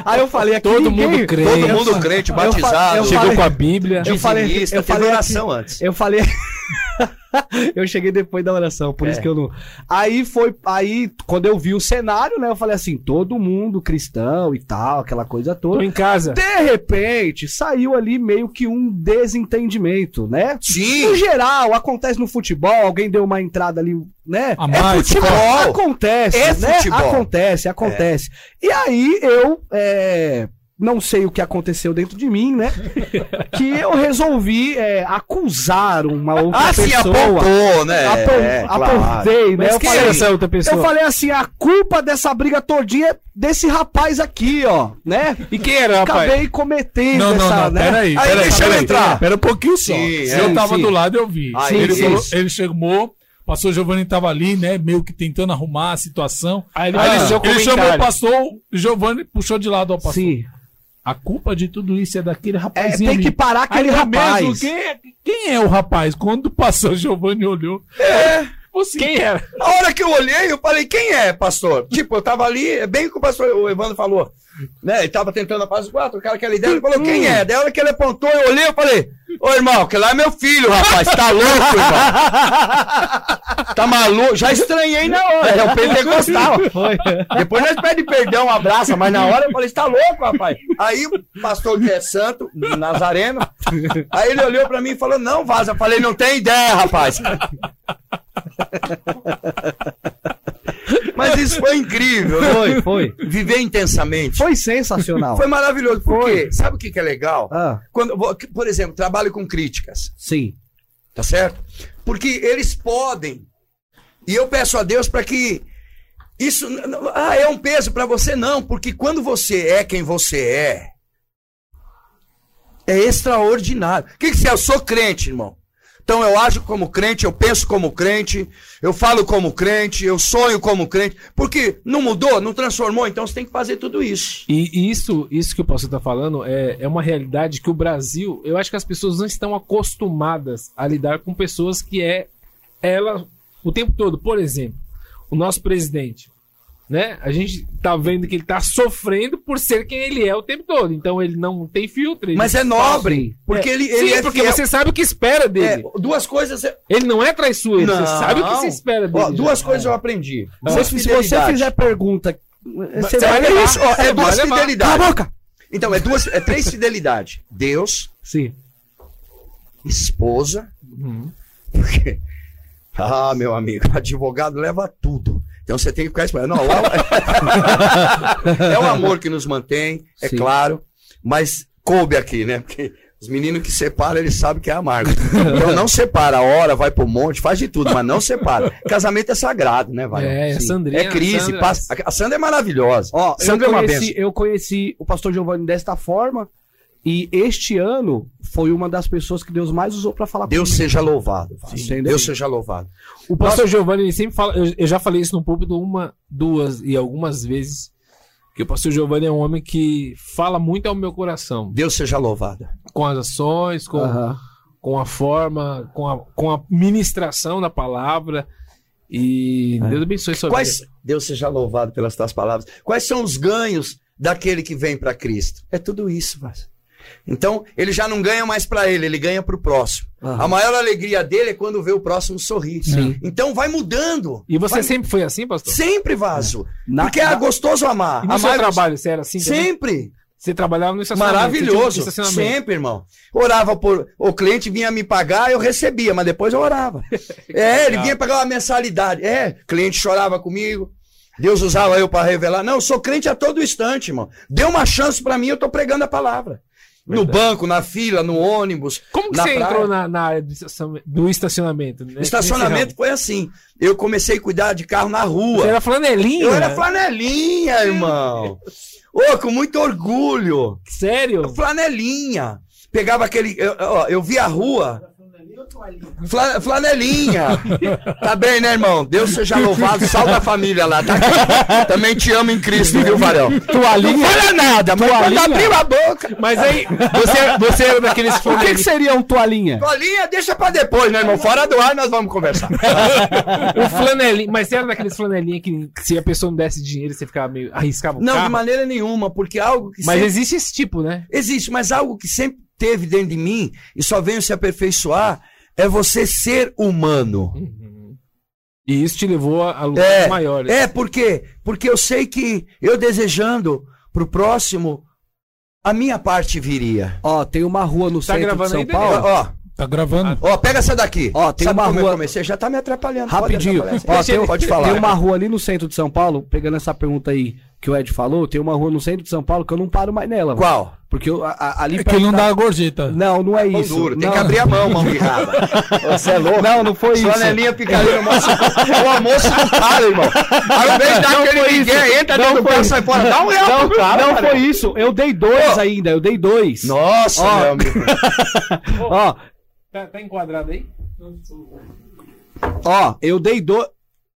Speaker 3: aí eu falei aqui.
Speaker 1: Todo mundo crê.
Speaker 4: Todo
Speaker 1: eu
Speaker 4: mundo
Speaker 3: fa-
Speaker 4: crente,
Speaker 3: eu fa-
Speaker 4: batizado.
Speaker 3: eu
Speaker 1: Chegou
Speaker 3: falei-
Speaker 1: com a Bíblia.
Speaker 3: eu falei-
Speaker 4: Dizimista,
Speaker 3: eu
Speaker 4: teve
Speaker 3: falei
Speaker 4: oração antes.
Speaker 3: Eu falei. eu cheguei depois da oração, por
Speaker 4: É.
Speaker 3: isso que eu não. Aí foi. Aí, quando eu vi o cenário, né? Eu falei assim: todo mundo cristão e tal, aquela coisa
Speaker 1: Tô
Speaker 3: toda.
Speaker 1: em casa.
Speaker 3: De repente, saiu ali meio que um desentendimento, né? No
Speaker 4: Sim.
Speaker 3: geral, acontece no futebol, alguém deu uma entrada ali, né?
Speaker 2: A mais,
Speaker 4: futebol.
Speaker 3: Acontece,
Speaker 4: É
Speaker 3: né?
Speaker 4: futebol.
Speaker 3: Acontece, acontece. E aí eu é, não sei o que aconteceu dentro de mim, né? que eu resolvi é, acusar uma outra
Speaker 4: Ah, sim,
Speaker 3: pessoa.
Speaker 4: apontou, né?
Speaker 3: Apon-
Speaker 4: É, claro.
Speaker 3: Apontei, né?
Speaker 1: Mas
Speaker 3: Eu
Speaker 1: quem
Speaker 3: falei,
Speaker 1: é essa outra pessoa?
Speaker 3: eu falei assim, a culpa dessa briga todinha é desse rapaz aqui, ó, né?
Speaker 1: E quem era, rapaz?
Speaker 3: Acabei cometendo
Speaker 2: Não, não,
Speaker 3: essa,
Speaker 2: não.
Speaker 3: né?
Speaker 2: Peraí,
Speaker 4: Aí,
Speaker 2: peraí.
Speaker 4: deixa eu
Speaker 2: peraí.
Speaker 4: entrar.
Speaker 2: Pera um pouquinho só.
Speaker 4: Sim,
Speaker 2: eu
Speaker 4: sim,
Speaker 2: tava
Speaker 1: sim.
Speaker 2: do lado, eu vi.
Speaker 4: Aí,
Speaker 2: ele,
Speaker 4: sim.
Speaker 2: falou- ele chegou, passou o Giovanni tava ali, né? Meio que tentando arrumar a situação.
Speaker 1: Aí ele
Speaker 2: Aí
Speaker 1: fez seu
Speaker 2: ele, ele
Speaker 1: comentário.
Speaker 2: chamou o pastor, o Giovanni puxou de lado, ó, pastor.
Speaker 3: Sim.
Speaker 2: A culpa de tudo isso é daquele
Speaker 3: É,
Speaker 2: rapazinho.
Speaker 3: tem que
Speaker 2: ali.
Speaker 3: parar aquele
Speaker 2: Ainda
Speaker 3: rapaz.
Speaker 2: mesmo, quem, é, quem é o rapaz? Quando passou, o Giovanni olhou. fosse.
Speaker 1: Quem era?
Speaker 4: A hora que eu olhei, eu falei, quem é, pastor? Tipo, eu tava ali, é bem o que o pastor, o Evandro falou. Né? Ele tava tentando a paz do quatro, o cara que era ideia, ele falou, quem é? Daí a hora que ele apontou, eu olhei, eu falei, ô irmão, que lá é meu filho, rapaz, tá louco, irmão. Tá maluco? Já estranhei na hora, é o pentecostal.
Speaker 2: Foi.
Speaker 4: Depois nós pedimos perdão, um abraço, mas na hora eu falei, você tá louco, rapaz? Aí o pastor que é santo, Nazareno, aí ele olhou pra mim e falou, não, vaza. Eu falei, não tem ideia, rapaz. Mas isso foi incrível, né?
Speaker 3: Foi, foi.
Speaker 4: Viver intensamente.
Speaker 3: Foi sensacional.
Speaker 4: Foi maravilhoso. Porque, sabe o que que é legal?
Speaker 3: Ah,
Speaker 4: Quando, vo- que, por exemplo, trabalho com críticas,
Speaker 3: sim.
Speaker 4: tá certo? Porque eles podem. E eu peço a Deus para que isso n- n- ah, é um peso para você não, porque quando você é quem você é, é extraordinário. O que que você é? Eu sou crente, irmão. Então eu ajo como crente, eu penso como crente, eu falo como crente, eu sonho como crente. Porque não mudou, não transformou, então você tem que fazer tudo isso.
Speaker 1: E isso, isso que o pastor está falando é, é uma realidade que o Brasil, eu acho que as pessoas não estão acostumadas a lidar com pessoas que é ela o tempo todo. Por exemplo, o nosso presidente, né? A gente tá vendo que ele tá sofrendo por ser quem ele é o tempo todo. Então ele não tem filtro. ele-
Speaker 4: Mas é nobre, porque ele, ele
Speaker 1: Sim,
Speaker 4: é
Speaker 1: porque
Speaker 4: fiel.
Speaker 1: você sabe o que espera
Speaker 4: É,
Speaker 1: dele.
Speaker 4: duas coisas é-
Speaker 1: Ele não é traiçoeiro,
Speaker 4: Não.
Speaker 1: você sabe o que se espera dele.
Speaker 4: Ó, duas
Speaker 1: já.
Speaker 4: coisas eu aprendi.
Speaker 3: Se- se você fizer pergunta, você
Speaker 4: Você
Speaker 3: vai
Speaker 4: vai
Speaker 3: levar.
Speaker 4: isso, ó, é
Speaker 1: Você vai
Speaker 4: duas
Speaker 1: levar.
Speaker 4: fidelidades.
Speaker 3: Cala a boca!
Speaker 4: Então, é duas, é três fidelidades. Deus,
Speaker 1: Sim. Uhum.
Speaker 4: esposa. Porque. Ah, meu amigo, advogado leva tudo. Então você tem que ficar esperando. Não, lá- é o amor que nos mantém, é
Speaker 3: Sim.
Speaker 4: claro. Mas coube aqui, né? Porque os meninos que separam, eles sabem que é amargo. Então não separa, ora, vai pro monte, faz de tudo, mas não separa. Casamento é sagrado, né, Vai?
Speaker 1: É, a Sandrinha-
Speaker 4: É crise.
Speaker 1: Sandra-
Speaker 4: passa- a Sandra é maravilhosa.
Speaker 3: Ó, eu
Speaker 4: Sandra é uma benção.
Speaker 3: conheci, eu conheci o pastor Giovanni desta forma e este ano foi uma das pessoas que Deus mais usou pra falar
Speaker 4: Deus seja louvado. Vasco.
Speaker 3: Sim.
Speaker 4: Deus seja louvado.
Speaker 1: O pastor Giovanni sempre fala, eu, eu já falei isso no púlpito uma, duas e algumas vezes, que o pastor Giovanni é um homem que fala muito ao meu coração,
Speaker 4: Deus seja louvado.
Speaker 1: com as ações, com,
Speaker 3: comigo. Aham.
Speaker 1: com a forma, com a, com a ministração da palavra. E Deus abençoe sua vida.
Speaker 4: Quais Deus seja louvado pelas tuas palavras. Quais são os ganhos daquele que vem para Cristo? É tudo isso, Vasco. Então, ele já não ganha mais para ele, ele ganha para o próximo.
Speaker 3: Aham.
Speaker 4: A maior alegria dele é quando vê o próximo sorrir.
Speaker 3: Sim.
Speaker 4: Então, vai mudando.
Speaker 1: E você
Speaker 4: Vai-
Speaker 1: sempre foi assim, pastor?
Speaker 4: Sempre, Vaso.
Speaker 3: Na-
Speaker 4: Porque é
Speaker 3: na-
Speaker 4: gostoso amar.
Speaker 1: E no
Speaker 4: Amar
Speaker 1: seu
Speaker 4: é gostoso.
Speaker 1: trabalho, você era assim? também?
Speaker 4: Sempre.
Speaker 1: Você trabalhava no estacionamento?
Speaker 4: Maravilhoso.
Speaker 1: você tinha um tipo, estacionamento.
Speaker 4: Sempre, irmão. Orava por. O cliente vinha me pagar, eu recebia, mas depois eu orava. é, ele vinha pagar uma mensalidade. É, cliente chorava comigo. Deus usava eu para revelar. Não, eu sou crente a todo instante, irmão. Dê uma chance para mim, eu tô pregando a palavra. No banco, na fila, no ônibus.
Speaker 1: Como que
Speaker 4: na
Speaker 1: você
Speaker 4: praia.
Speaker 1: entrou na, na área do estacion- do estacionamento? né?
Speaker 4: Estacionamento foi assim. Eu comecei a cuidar de carro na rua.
Speaker 1: Você era flanelinha?
Speaker 4: Eu era flanelinha, irmão. Ô, com muito orgulho.
Speaker 1: Sério?
Speaker 4: Flanelinha. Pegava aquele. Eu, ó, eu vi a rua. Fla- flanelinha. tá bem, né, irmão? Deus seja louvado. Salva a família lá. Tá? Também te amo em Cristo, viu, Varel?
Speaker 3: Toalhinha?
Speaker 4: Não fala nada, mas quando
Speaker 3: Toalhinha?
Speaker 4: abriu a boca.
Speaker 1: Mas aí, você, você
Speaker 4: é
Speaker 1: era daqueles
Speaker 3: O que,
Speaker 1: flanelinha.
Speaker 3: que seria um toalhinha?
Speaker 4: Colinha, deixa pra depois, né, irmão? Fora do ar nós vamos conversar.
Speaker 1: O flanelinha, mas você era daqueles flanelinha que se a pessoa não desse dinheiro, você ficava meio. arriscava o
Speaker 4: Não, é- de
Speaker 1: carro.
Speaker 4: maneira nenhuma, porque algo que
Speaker 1: Mas
Speaker 4: sempre-
Speaker 1: existe esse tipo, né?
Speaker 4: Existe, mas algo que sempre teve dentro de mim e só veio se aperfeiçoar é você ser humano.
Speaker 1: E isso te levou a a lugares
Speaker 4: É,
Speaker 1: maiores.
Speaker 3: "Tá
Speaker 4: É, por quê? Porque eu sei que eu desejando pro próximo, a minha parte viria.
Speaker 3: Ó, tem uma rua no centro
Speaker 1: gravando
Speaker 3: de São
Speaker 1: aí,
Speaker 4: Ó,
Speaker 3: Paulo.
Speaker 4: ó,
Speaker 2: Tá gravando?
Speaker 4: ó, pega essa daqui.
Speaker 3: Ó, tem
Speaker 4: Sabe
Speaker 3: uma
Speaker 4: como eu
Speaker 3: rua-
Speaker 4: comecei? Já tá me atrapalhando. pode
Speaker 3: Rapidinho.
Speaker 4: atrapalhar.
Speaker 3: Ó,
Speaker 4: Deixa
Speaker 3: tem, um-
Speaker 4: ele- pode falar.
Speaker 3: tem uma rua ali no centro de São Paulo, pegando essa pergunta aí que o Ed falou, tem uma rua no centro de São Paulo que eu não paro mais nela. velho.
Speaker 4: Qual?
Speaker 3: Porque eu, a- a- ali.
Speaker 2: É que ele não
Speaker 3: perto
Speaker 2: dá
Speaker 3: da-
Speaker 2: a gorjeta.
Speaker 3: Não, não é
Speaker 4: Pão
Speaker 3: isso.
Speaker 4: duro, tem
Speaker 3: não.
Speaker 4: que abrir a mão, mão de raba. Você é louco.
Speaker 3: Não, não foi isso.
Speaker 4: Flanelinha picareta, almoço. O almoço não para, irmão. Ao invés de dar aquele ninguém, entra dentro do carro, sai fora. Dá um real.
Speaker 3: Não,
Speaker 4: pro cara,
Speaker 3: não
Speaker 4: cara.
Speaker 3: foi isso. Eu dei dois
Speaker 4: Ô.
Speaker 3: ainda, eu dei dois.
Speaker 4: Nossa,
Speaker 3: Ó.
Speaker 4: meu amigo.
Speaker 3: Ó,
Speaker 1: Tá, enquadrado aí?
Speaker 3: ó, eu dei dois.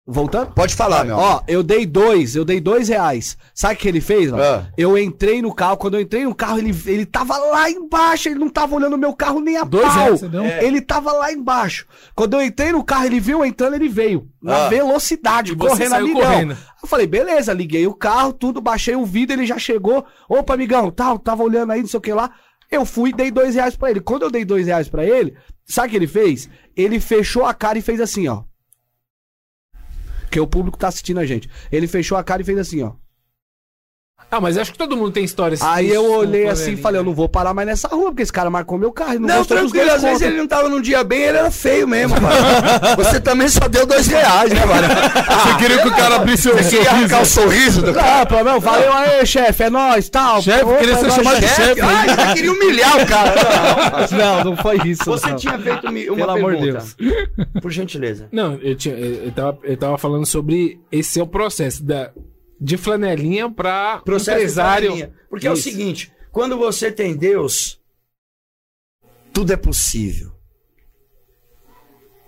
Speaker 3: Voltando?
Speaker 4: Pode falar, meu.
Speaker 3: Ó, eu dei dois, eu dei dois reais. Sabe o que ele fez, mano?
Speaker 4: Ah.
Speaker 3: Eu entrei no carro, quando eu entrei no carro, ele, ele tava lá embaixo, ele não tava olhando o meu carro nem a
Speaker 2: Dois
Speaker 3: pau.
Speaker 2: reais você deu? um?
Speaker 3: É. Ele tava lá embaixo. Quando eu entrei no carro, ele viu eu entrando, ele veio. Na
Speaker 4: Ah.
Speaker 3: velocidade,
Speaker 2: E você
Speaker 3: correndo a
Speaker 2: saiu
Speaker 3: milhão.
Speaker 2: correndo.
Speaker 3: Eu falei, beleza, liguei o carro, tudo, baixei o vidro, ele já chegou. Opa, amigão, tal, tava olhando aí, não sei o que lá. Eu fui e dei dois reais pra ele. Quando eu dei dois reais pra ele, sabe o que ele fez? Ele fechou a cara e fez assim, ó. Porque o público tá assistindo a gente. Ele fechou a cara e fez assim, ó.
Speaker 1: Ah, mas acho que todo mundo tem histórias.
Speaker 3: Aí eu olhei assim e falei, eu
Speaker 1: não
Speaker 3: não vou parar mais nessa rua, porque esse cara marcou meu carro. e
Speaker 4: Não,
Speaker 3: gostou dos
Speaker 4: tranquilo,
Speaker 3: dois
Speaker 4: às vezes
Speaker 3: contos.
Speaker 4: ele não tava num dia bem, ele era feio mesmo, mano. Você também só deu dois reais, né, mano? Você queria que o cara abrisse o sorriso? arrancar o sorriso do cara?
Speaker 3: Ah, pô, meu, valeu aí, chefe, é nóis, tal.
Speaker 2: Chefe,
Speaker 3: Opa,
Speaker 2: queria
Speaker 3: é
Speaker 2: ser
Speaker 3: nóis,
Speaker 2: chamado de
Speaker 3: chefe.
Speaker 2: chefe.
Speaker 4: Ah, eu já queria humilhar o cara.
Speaker 3: Não, não foi isso.
Speaker 4: Você
Speaker 3: não.
Speaker 4: tinha feito me- uma
Speaker 3: Pelo amor de
Speaker 4: pergunta. Por gentileza.
Speaker 1: Não, eu, tinha, eu, eu tava, eu tava falando sobre esse seu processo da, de flanelinha pra
Speaker 4: Processo
Speaker 1: empresário.
Speaker 4: de família. Porque é o
Speaker 1: Isso.
Speaker 4: seguinte, quando você tem Deus, tudo é possível.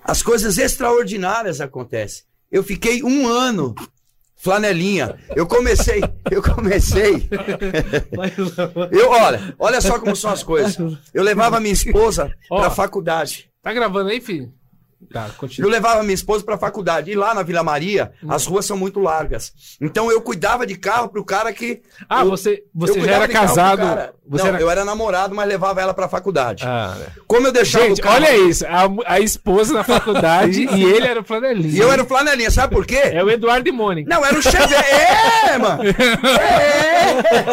Speaker 4: As coisas extraordinárias acontecem. Eu fiquei um ano flanelinha. Eu comecei, eu comecei. Eu olha, olha só como são as coisas. Eu levava minha esposa
Speaker 1: Ó.
Speaker 4: para faculdade.
Speaker 1: Tá gravando aí, filho? Tá,
Speaker 4: Eu
Speaker 1: continua.
Speaker 4: levava minha esposa pra faculdade. E lá na Vila Maria, as ruas são muito largas. Então eu cuidava de carro pro cara que.
Speaker 1: Ah,
Speaker 4: eu-
Speaker 1: você,
Speaker 4: eu
Speaker 1: você já
Speaker 4: cuidava
Speaker 1: era
Speaker 4: de carro pro
Speaker 1: casado.
Speaker 4: cara.
Speaker 1: Você
Speaker 4: Não,
Speaker 1: era...
Speaker 4: eu era namorado, mas levava ela pra faculdade.
Speaker 1: Ah, né.
Speaker 4: Como eu deixava
Speaker 1: Gente,
Speaker 4: o carro.
Speaker 1: olha isso. A, mu- a esposa na faculdade e ele era o flanelinha.
Speaker 4: E eu era o flanelinha, sabe por quê?
Speaker 1: É o Eduardo e Mônica.
Speaker 4: Não, era o chefe. É, mano! É!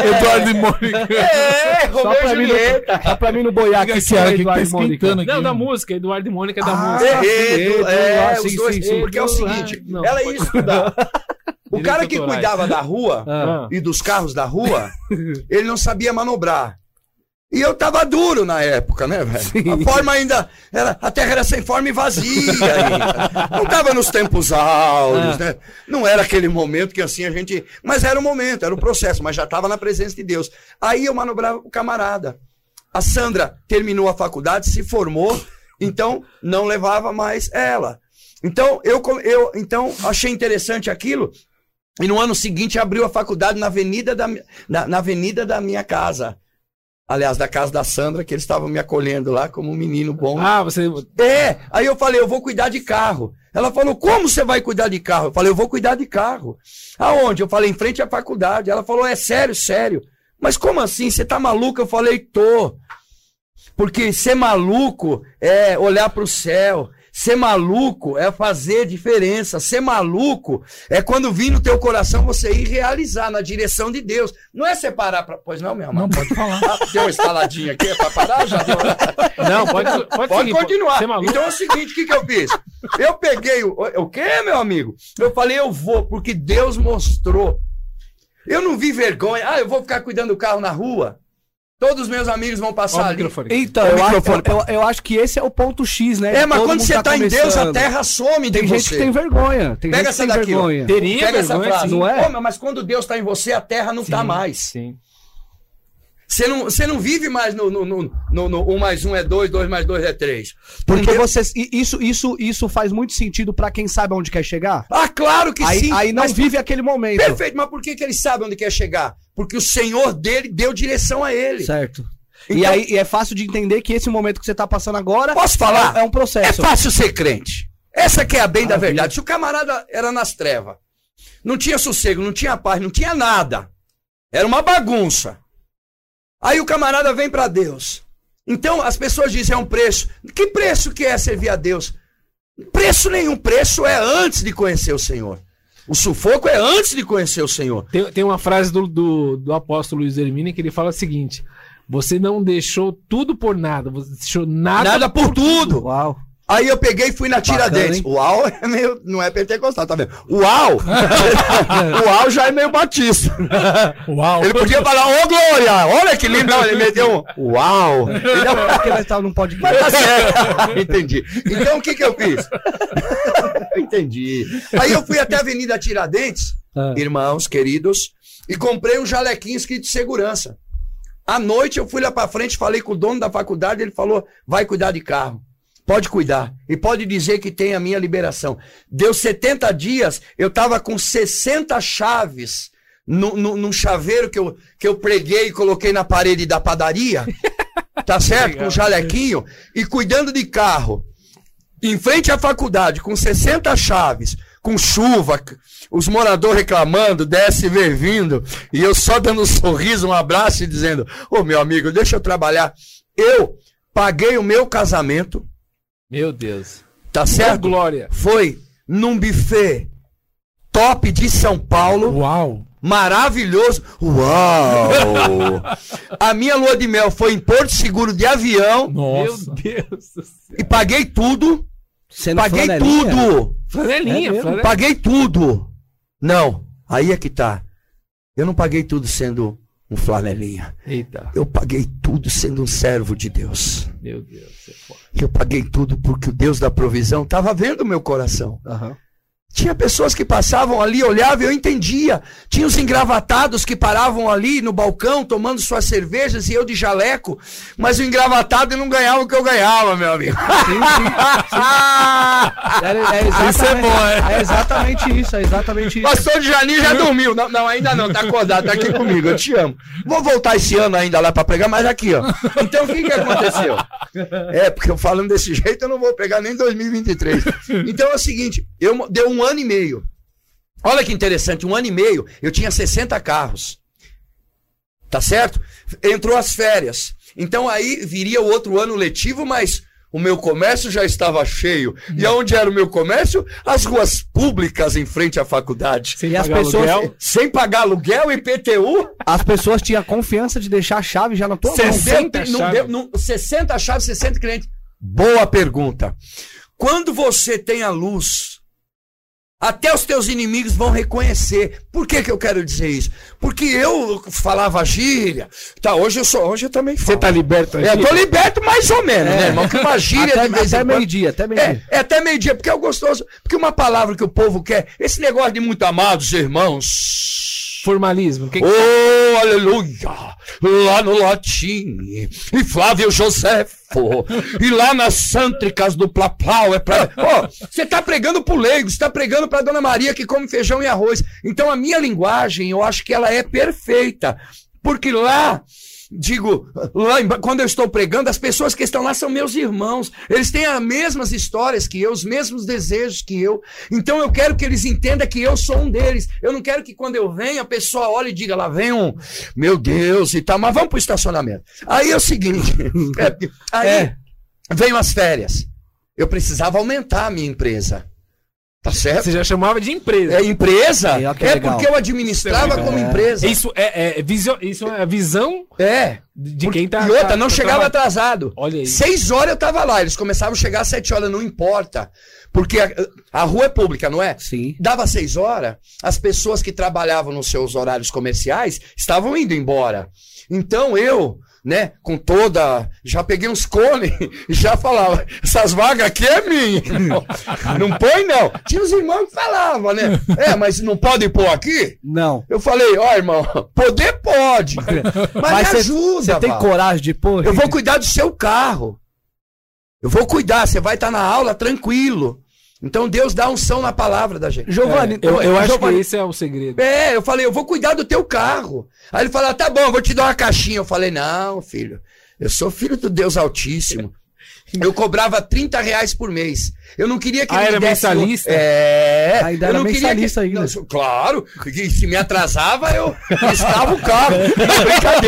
Speaker 2: Eduardo e Mônica.
Speaker 4: É,
Speaker 3: Só
Speaker 4: Romeu e
Speaker 3: pra, mim
Speaker 4: Julieta!
Speaker 3: não, só pra mim não boiar aqui,
Speaker 2: Esse
Speaker 3: que era
Speaker 2: cara que
Speaker 3: Eduardo
Speaker 2: tá
Speaker 3: e Mônica.
Speaker 2: esquentando aqui.
Speaker 1: Não, da música. Eduardo e Mônica é da
Speaker 4: Ah,
Speaker 1: música.
Speaker 4: Edu, é,
Speaker 1: ah,
Speaker 4: os
Speaker 1: sim,
Speaker 4: dois,
Speaker 1: sim, sim. ah,
Speaker 4: porque é o seguinte,
Speaker 1: Não,
Speaker 4: ela ia
Speaker 1: pode-
Speaker 4: estudar. O
Speaker 1: Direitos
Speaker 4: cara que
Speaker 1: autorais.
Speaker 4: cuidava da rua
Speaker 1: Ah.
Speaker 4: e dos carros da rua, ele não sabia manobrar. E eu tava duro na época, né, velho? A forma ainda. Era, a terra era sem forma e vazia ainda. Não tava nos tempos áureos, né? Não era aquele momento que assim a gente. Mas era o momento, era o processo, mas já tava na presença de Deus. Aí eu manobrava o camarada. A Sandra terminou a faculdade, se formou, então não levava mais ela. Então eu, co- eu então achei interessante aquilo. E no ano seguinte abriu a faculdade na avenida da, mi- na, na avenida da minha casa. Aliás, da casa da Sandra, que eles estavam me acolhendo lá como um menino bom.
Speaker 1: Ah, você.
Speaker 4: É, aí eu falei, eu vou cuidar de carro. Ela falou, como você vai cuidar de carro? Eu falei, eu vou cuidar de carro. Aonde? Eu falei, em frente à faculdade. Ela falou, é sério, sério. Mas como assim? Você tá maluco? Eu falei, tô. Porque ser maluco é olhar pro céu. Ser maluco é fazer diferença. Ser maluco é quando vir no teu coração você ir realizar na direção de Deus. Não é separar pra... Pois não, meu amor.
Speaker 2: Não, pode falar.
Speaker 4: Deu uma estaladinha aqui, é pra parar? Já deu.
Speaker 1: Não, pode, pode,
Speaker 4: Pode
Speaker 1: seguir,
Speaker 4: continuar.
Speaker 1: Você é maluco?
Speaker 4: Então é o seguinte, o que, que eu fiz? Eu peguei o. O quê, meu amigo? Eu falei, eu vou, porque Deus mostrou. Eu não vi vergonha. Ah, eu vou ficar cuidando do carro na rua. Todos os meus amigos vão
Speaker 1: Ó É o
Speaker 4: passar ali.
Speaker 1: microfone.
Speaker 3: Então, eu acho, eu- eu acho que esse é o ponto X, né?
Speaker 4: É,
Speaker 3: de
Speaker 4: mas
Speaker 3: todo
Speaker 4: quando
Speaker 3: mundo
Speaker 4: você tá, em Deus, a
Speaker 3: começando.
Speaker 4: terra some de
Speaker 3: Tem
Speaker 4: você.
Speaker 3: gente que tem vergonha. Tem
Speaker 4: Pega
Speaker 3: gente que
Speaker 4: essa
Speaker 3: tem
Speaker 4: daqui, ó.
Speaker 3: vergonha.
Speaker 1: Teria
Speaker 4: Pega essa
Speaker 1: vergonha,
Speaker 4: frase.
Speaker 1: sim.
Speaker 3: não é?
Speaker 4: Ô, meu, mas quando Deus tá em você, a terra não tá mais.
Speaker 1: Sim.
Speaker 4: Você não, você não vive mais no, no, no, no, no um mais um é dois, dois mais dois é três.
Speaker 3: Porque
Speaker 4: Entendeu?
Speaker 3: você, e isso, isso, isso faz muito sentido pra quem sabe aonde quer chegar.
Speaker 4: Ah, claro que
Speaker 3: aí,
Speaker 4: sim.
Speaker 3: aí não
Speaker 4: mas
Speaker 3: vive aquele momento.
Speaker 4: Perfeito, mas por que, que ele sabe onde quer chegar? Porque o Senhor dele deu direção a ele.
Speaker 3: Certo. e
Speaker 4: Então-
Speaker 3: aí e é fácil de entender que esse momento que você tá passando agora
Speaker 4: Posso falar?
Speaker 3: é um
Speaker 4: É
Speaker 3: processo.
Speaker 4: fácil ser crente. Essa que é a bem da verdade. Se o camarada era nas trevas, não tinha sossego, não tinha paz, não tinha nada. Era uma bagunça. Aí o camarada vem para Deus. Então as pessoas dizem é um preço. Que preço que é servir a Deus? Preço nenhum. Preço é antes de conhecer o Senhor. O sufoco é antes de conhecer o Senhor.
Speaker 1: Tem, tem uma frase do, do, do apóstolo Luiz Hermínio que ele fala o seguinte: Você não deixou tudo por nada, você deixou nada.
Speaker 4: Nada por tudo.
Speaker 3: Uau.
Speaker 4: Aí eu peguei e fui na
Speaker 3: Bacana,
Speaker 4: Tiradentes.
Speaker 3: hein?
Speaker 4: Uau é meio. Não é pentecostal, tá vendo? Uau! Uau já é meio batista.
Speaker 2: Uau.
Speaker 4: Ele podia falar, ô Glória! Olha que lindo! Não, ele meteu um. Uau!
Speaker 3: Porque nós tava num
Speaker 4: Mas
Speaker 3: podcast.
Speaker 4: tá certo. Entendi. Então o que, que eu fiz? Entendi. Aí eu fui até a Avenida Tiradentes,
Speaker 3: Ah.
Speaker 4: irmãos queridos, e comprei um jalequinho escrito segurança. À noite eu fui lá pra frente, falei com o dono da faculdade, ele falou: vai cuidar de carro. Pode cuidar. E pode dizer que tem a minha liberação. Deu 70 dias, eu estava com 60 chaves no, no, num chaveiro que eu, que eu preguei e coloquei na parede da padaria. Tá certo? Com um jalequinho. E cuidando de carro. Em frente à faculdade, com 60 chaves, com chuva, c- os moradores reclamando, desce ver vindo, e eu só dando um sorriso, um abraço e dizendo: Ô meu amigo, deixa eu trabalhar. Eu paguei o meu casamento,
Speaker 1: Meu Deus.
Speaker 4: Tá
Speaker 1: Ô,
Speaker 4: certo?
Speaker 1: Glória.
Speaker 4: Foi num buffet top de São Paulo,
Speaker 2: Uau!
Speaker 4: maravilhoso. Uau! A minha lua de mel foi em Porto Seguro de avião
Speaker 2: Nossa!
Speaker 1: Meu Deus. do céu.
Speaker 4: e paguei tudo.
Speaker 3: Sendo
Speaker 4: Paguei
Speaker 3: é flanelinha,
Speaker 4: tudo.
Speaker 1: Flanelinha,
Speaker 3: É mesmo?
Speaker 1: flanelinha.
Speaker 4: Paguei tudo. Não, aí é que tá. Eu não paguei tudo sendo um flanelinha.
Speaker 1: Eita.
Speaker 4: Eu paguei tudo sendo um servo de Deus.
Speaker 1: Meu Deus. você é foda.
Speaker 4: Eu paguei tudo porque o Deus da provisão estava vendo o meu coração.
Speaker 3: Aham.
Speaker 4: Tinha pessoas que passavam ali, olhavam e eu entendia. Tinha os engravatados que paravam ali no balcão tomando suas cervejas e eu de jaleco, mas o engravatado não ganhava o que eu ganhava, meu amigo.
Speaker 3: Era- é exatamente-
Speaker 4: Isso é bom,
Speaker 3: é exatamente isso, é exatamente isso.
Speaker 4: Pastor de Janir já dormiu. Não, não, ainda não, tá acordado, tá aqui comigo, eu te amo. Vou voltar esse ano ainda lá pra pregar, mas aqui, ó. Então o que que aconteceu? É, porque eu falando desse jeito eu não vou pegar nem 2023. Então é o seguinte, eu mo- deu um ano e meio. Olha que interessante, um ano e meio, eu tinha 60 carros. Tá certo? Entrou as férias. Então aí viria o outro ano letivo, mas o meu comércio já estava cheio. E aonde era o meu comércio? As ruas públicas em frente à faculdade.
Speaker 1: Sem
Speaker 3: E as
Speaker 1: pagar
Speaker 3: pessoas-
Speaker 1: aluguel.
Speaker 4: Sem pagar aluguel, IPTU,
Speaker 3: As pessoas tinham confiança de deixar a chave já na tua mão.
Speaker 4: 60, não
Speaker 1: chave.
Speaker 4: deu- não- 60 chaves, 60 clientes. Boa pergunta. Quando você tem a luz, até os teus inimigos vão reconhecer. Por que, que eu quero dizer isso? Porque eu falava gíria. Tá, hoje eu sou, hoje eu também falo.
Speaker 1: Você tá liberto É.
Speaker 4: É, tô liberto mais ou menos, né, irmão? Que uma gíria
Speaker 3: É. Até,
Speaker 4: de vez em
Speaker 3: até
Speaker 4: quando-
Speaker 3: meio-dia, até meio-dia.
Speaker 4: é, é até meio-dia, porque é o gostoso. Porque uma palavra que o povo quer, esse negócio de muito amados irmãos.
Speaker 1: Formalismo. O que que-
Speaker 4: Oh, aleluia! Lá no latim, e Flávio Josefo, e lá nas sântricas do Plaplau, é pra... Ó, você tá pregando pro leigo, você tá pregando pra Dona Maria que come feijão e arroz. Então a minha linguagem, eu acho que ela é perfeita, porque lá... Digo, lá emba- quando eu estou pregando, as pessoas que estão lá são meus irmãos. Eles têm as mesmas histórias que eu, os mesmos desejos que eu. Então eu quero que eles entendam que eu sou um deles. Eu não quero que quando eu venha, a pessoa olhe e diga, lá vem um, meu Deus, e tal, mas vamos pro estacionamento. Aí é o seguinte, é, aí
Speaker 3: É.
Speaker 4: veio as férias. Eu precisava aumentar a minha empresa. Tá certo?
Speaker 1: Você já chamava de empresa.
Speaker 4: É empresa?
Speaker 3: Aí, ó, que
Speaker 4: é
Speaker 3: legal.
Speaker 4: porque eu administrava
Speaker 1: Isso é
Speaker 4: como
Speaker 3: legal.
Speaker 4: empresa.
Speaker 1: Isso é, é, visio- isso é a visão
Speaker 4: É.
Speaker 1: de quem tá.
Speaker 4: e outra,
Speaker 1: tá-
Speaker 4: não
Speaker 1: tá
Speaker 4: chegava
Speaker 1: traba-
Speaker 4: atrasado.
Speaker 1: Olha aí.
Speaker 4: Seis horas eu tava lá, eles começavam a chegar às sete horas, não importa. Porque a, a rua é pública, não é?
Speaker 3: Sim.
Speaker 4: Dava seis horas, as pessoas que trabalhavam nos seus horários comerciais estavam indo embora. Então eu, né, com toda. Já peguei uns cones e já falava: essas vagas aqui é minha. irmão. Não põe, não. Tinha os irmãos que falavam, né? É, mas não pode pôr aqui?
Speaker 3: Não.
Speaker 4: Eu falei: ó, irmão, poder pode. Mas,
Speaker 3: Mas
Speaker 4: me
Speaker 3: cê-
Speaker 4: ajuda.
Speaker 3: Você tem
Speaker 4: Val.
Speaker 3: coragem de pôr?
Speaker 4: Eu vou cuidar do seu carro. Eu vou cuidar, você vai estar na aula tranquilo. Então Deus dá unção na palavra da gente.
Speaker 3: Giovanni,
Speaker 1: Eu, eu acho que
Speaker 4: Giovanni-
Speaker 1: esse é o segredo.
Speaker 4: É, eu falei, eu vou cuidar do teu carro. Aí ele falou, tá bom, eu vou te dar uma caixinha. Eu falei, não, filho, eu sou filho do Deus Altíssimo. Eu cobrava 30 reais por mês. Eu não queria que
Speaker 1: Ah,
Speaker 4: ele
Speaker 1: era
Speaker 4: me desse
Speaker 1: mensalista?
Speaker 4: o- É.
Speaker 3: Ainda
Speaker 4: eu
Speaker 3: era
Speaker 4: não queria
Speaker 3: mensalista
Speaker 4: que...
Speaker 3: ainda.
Speaker 4: Não, isso- claro, que se me atrasava, eu estava o carro.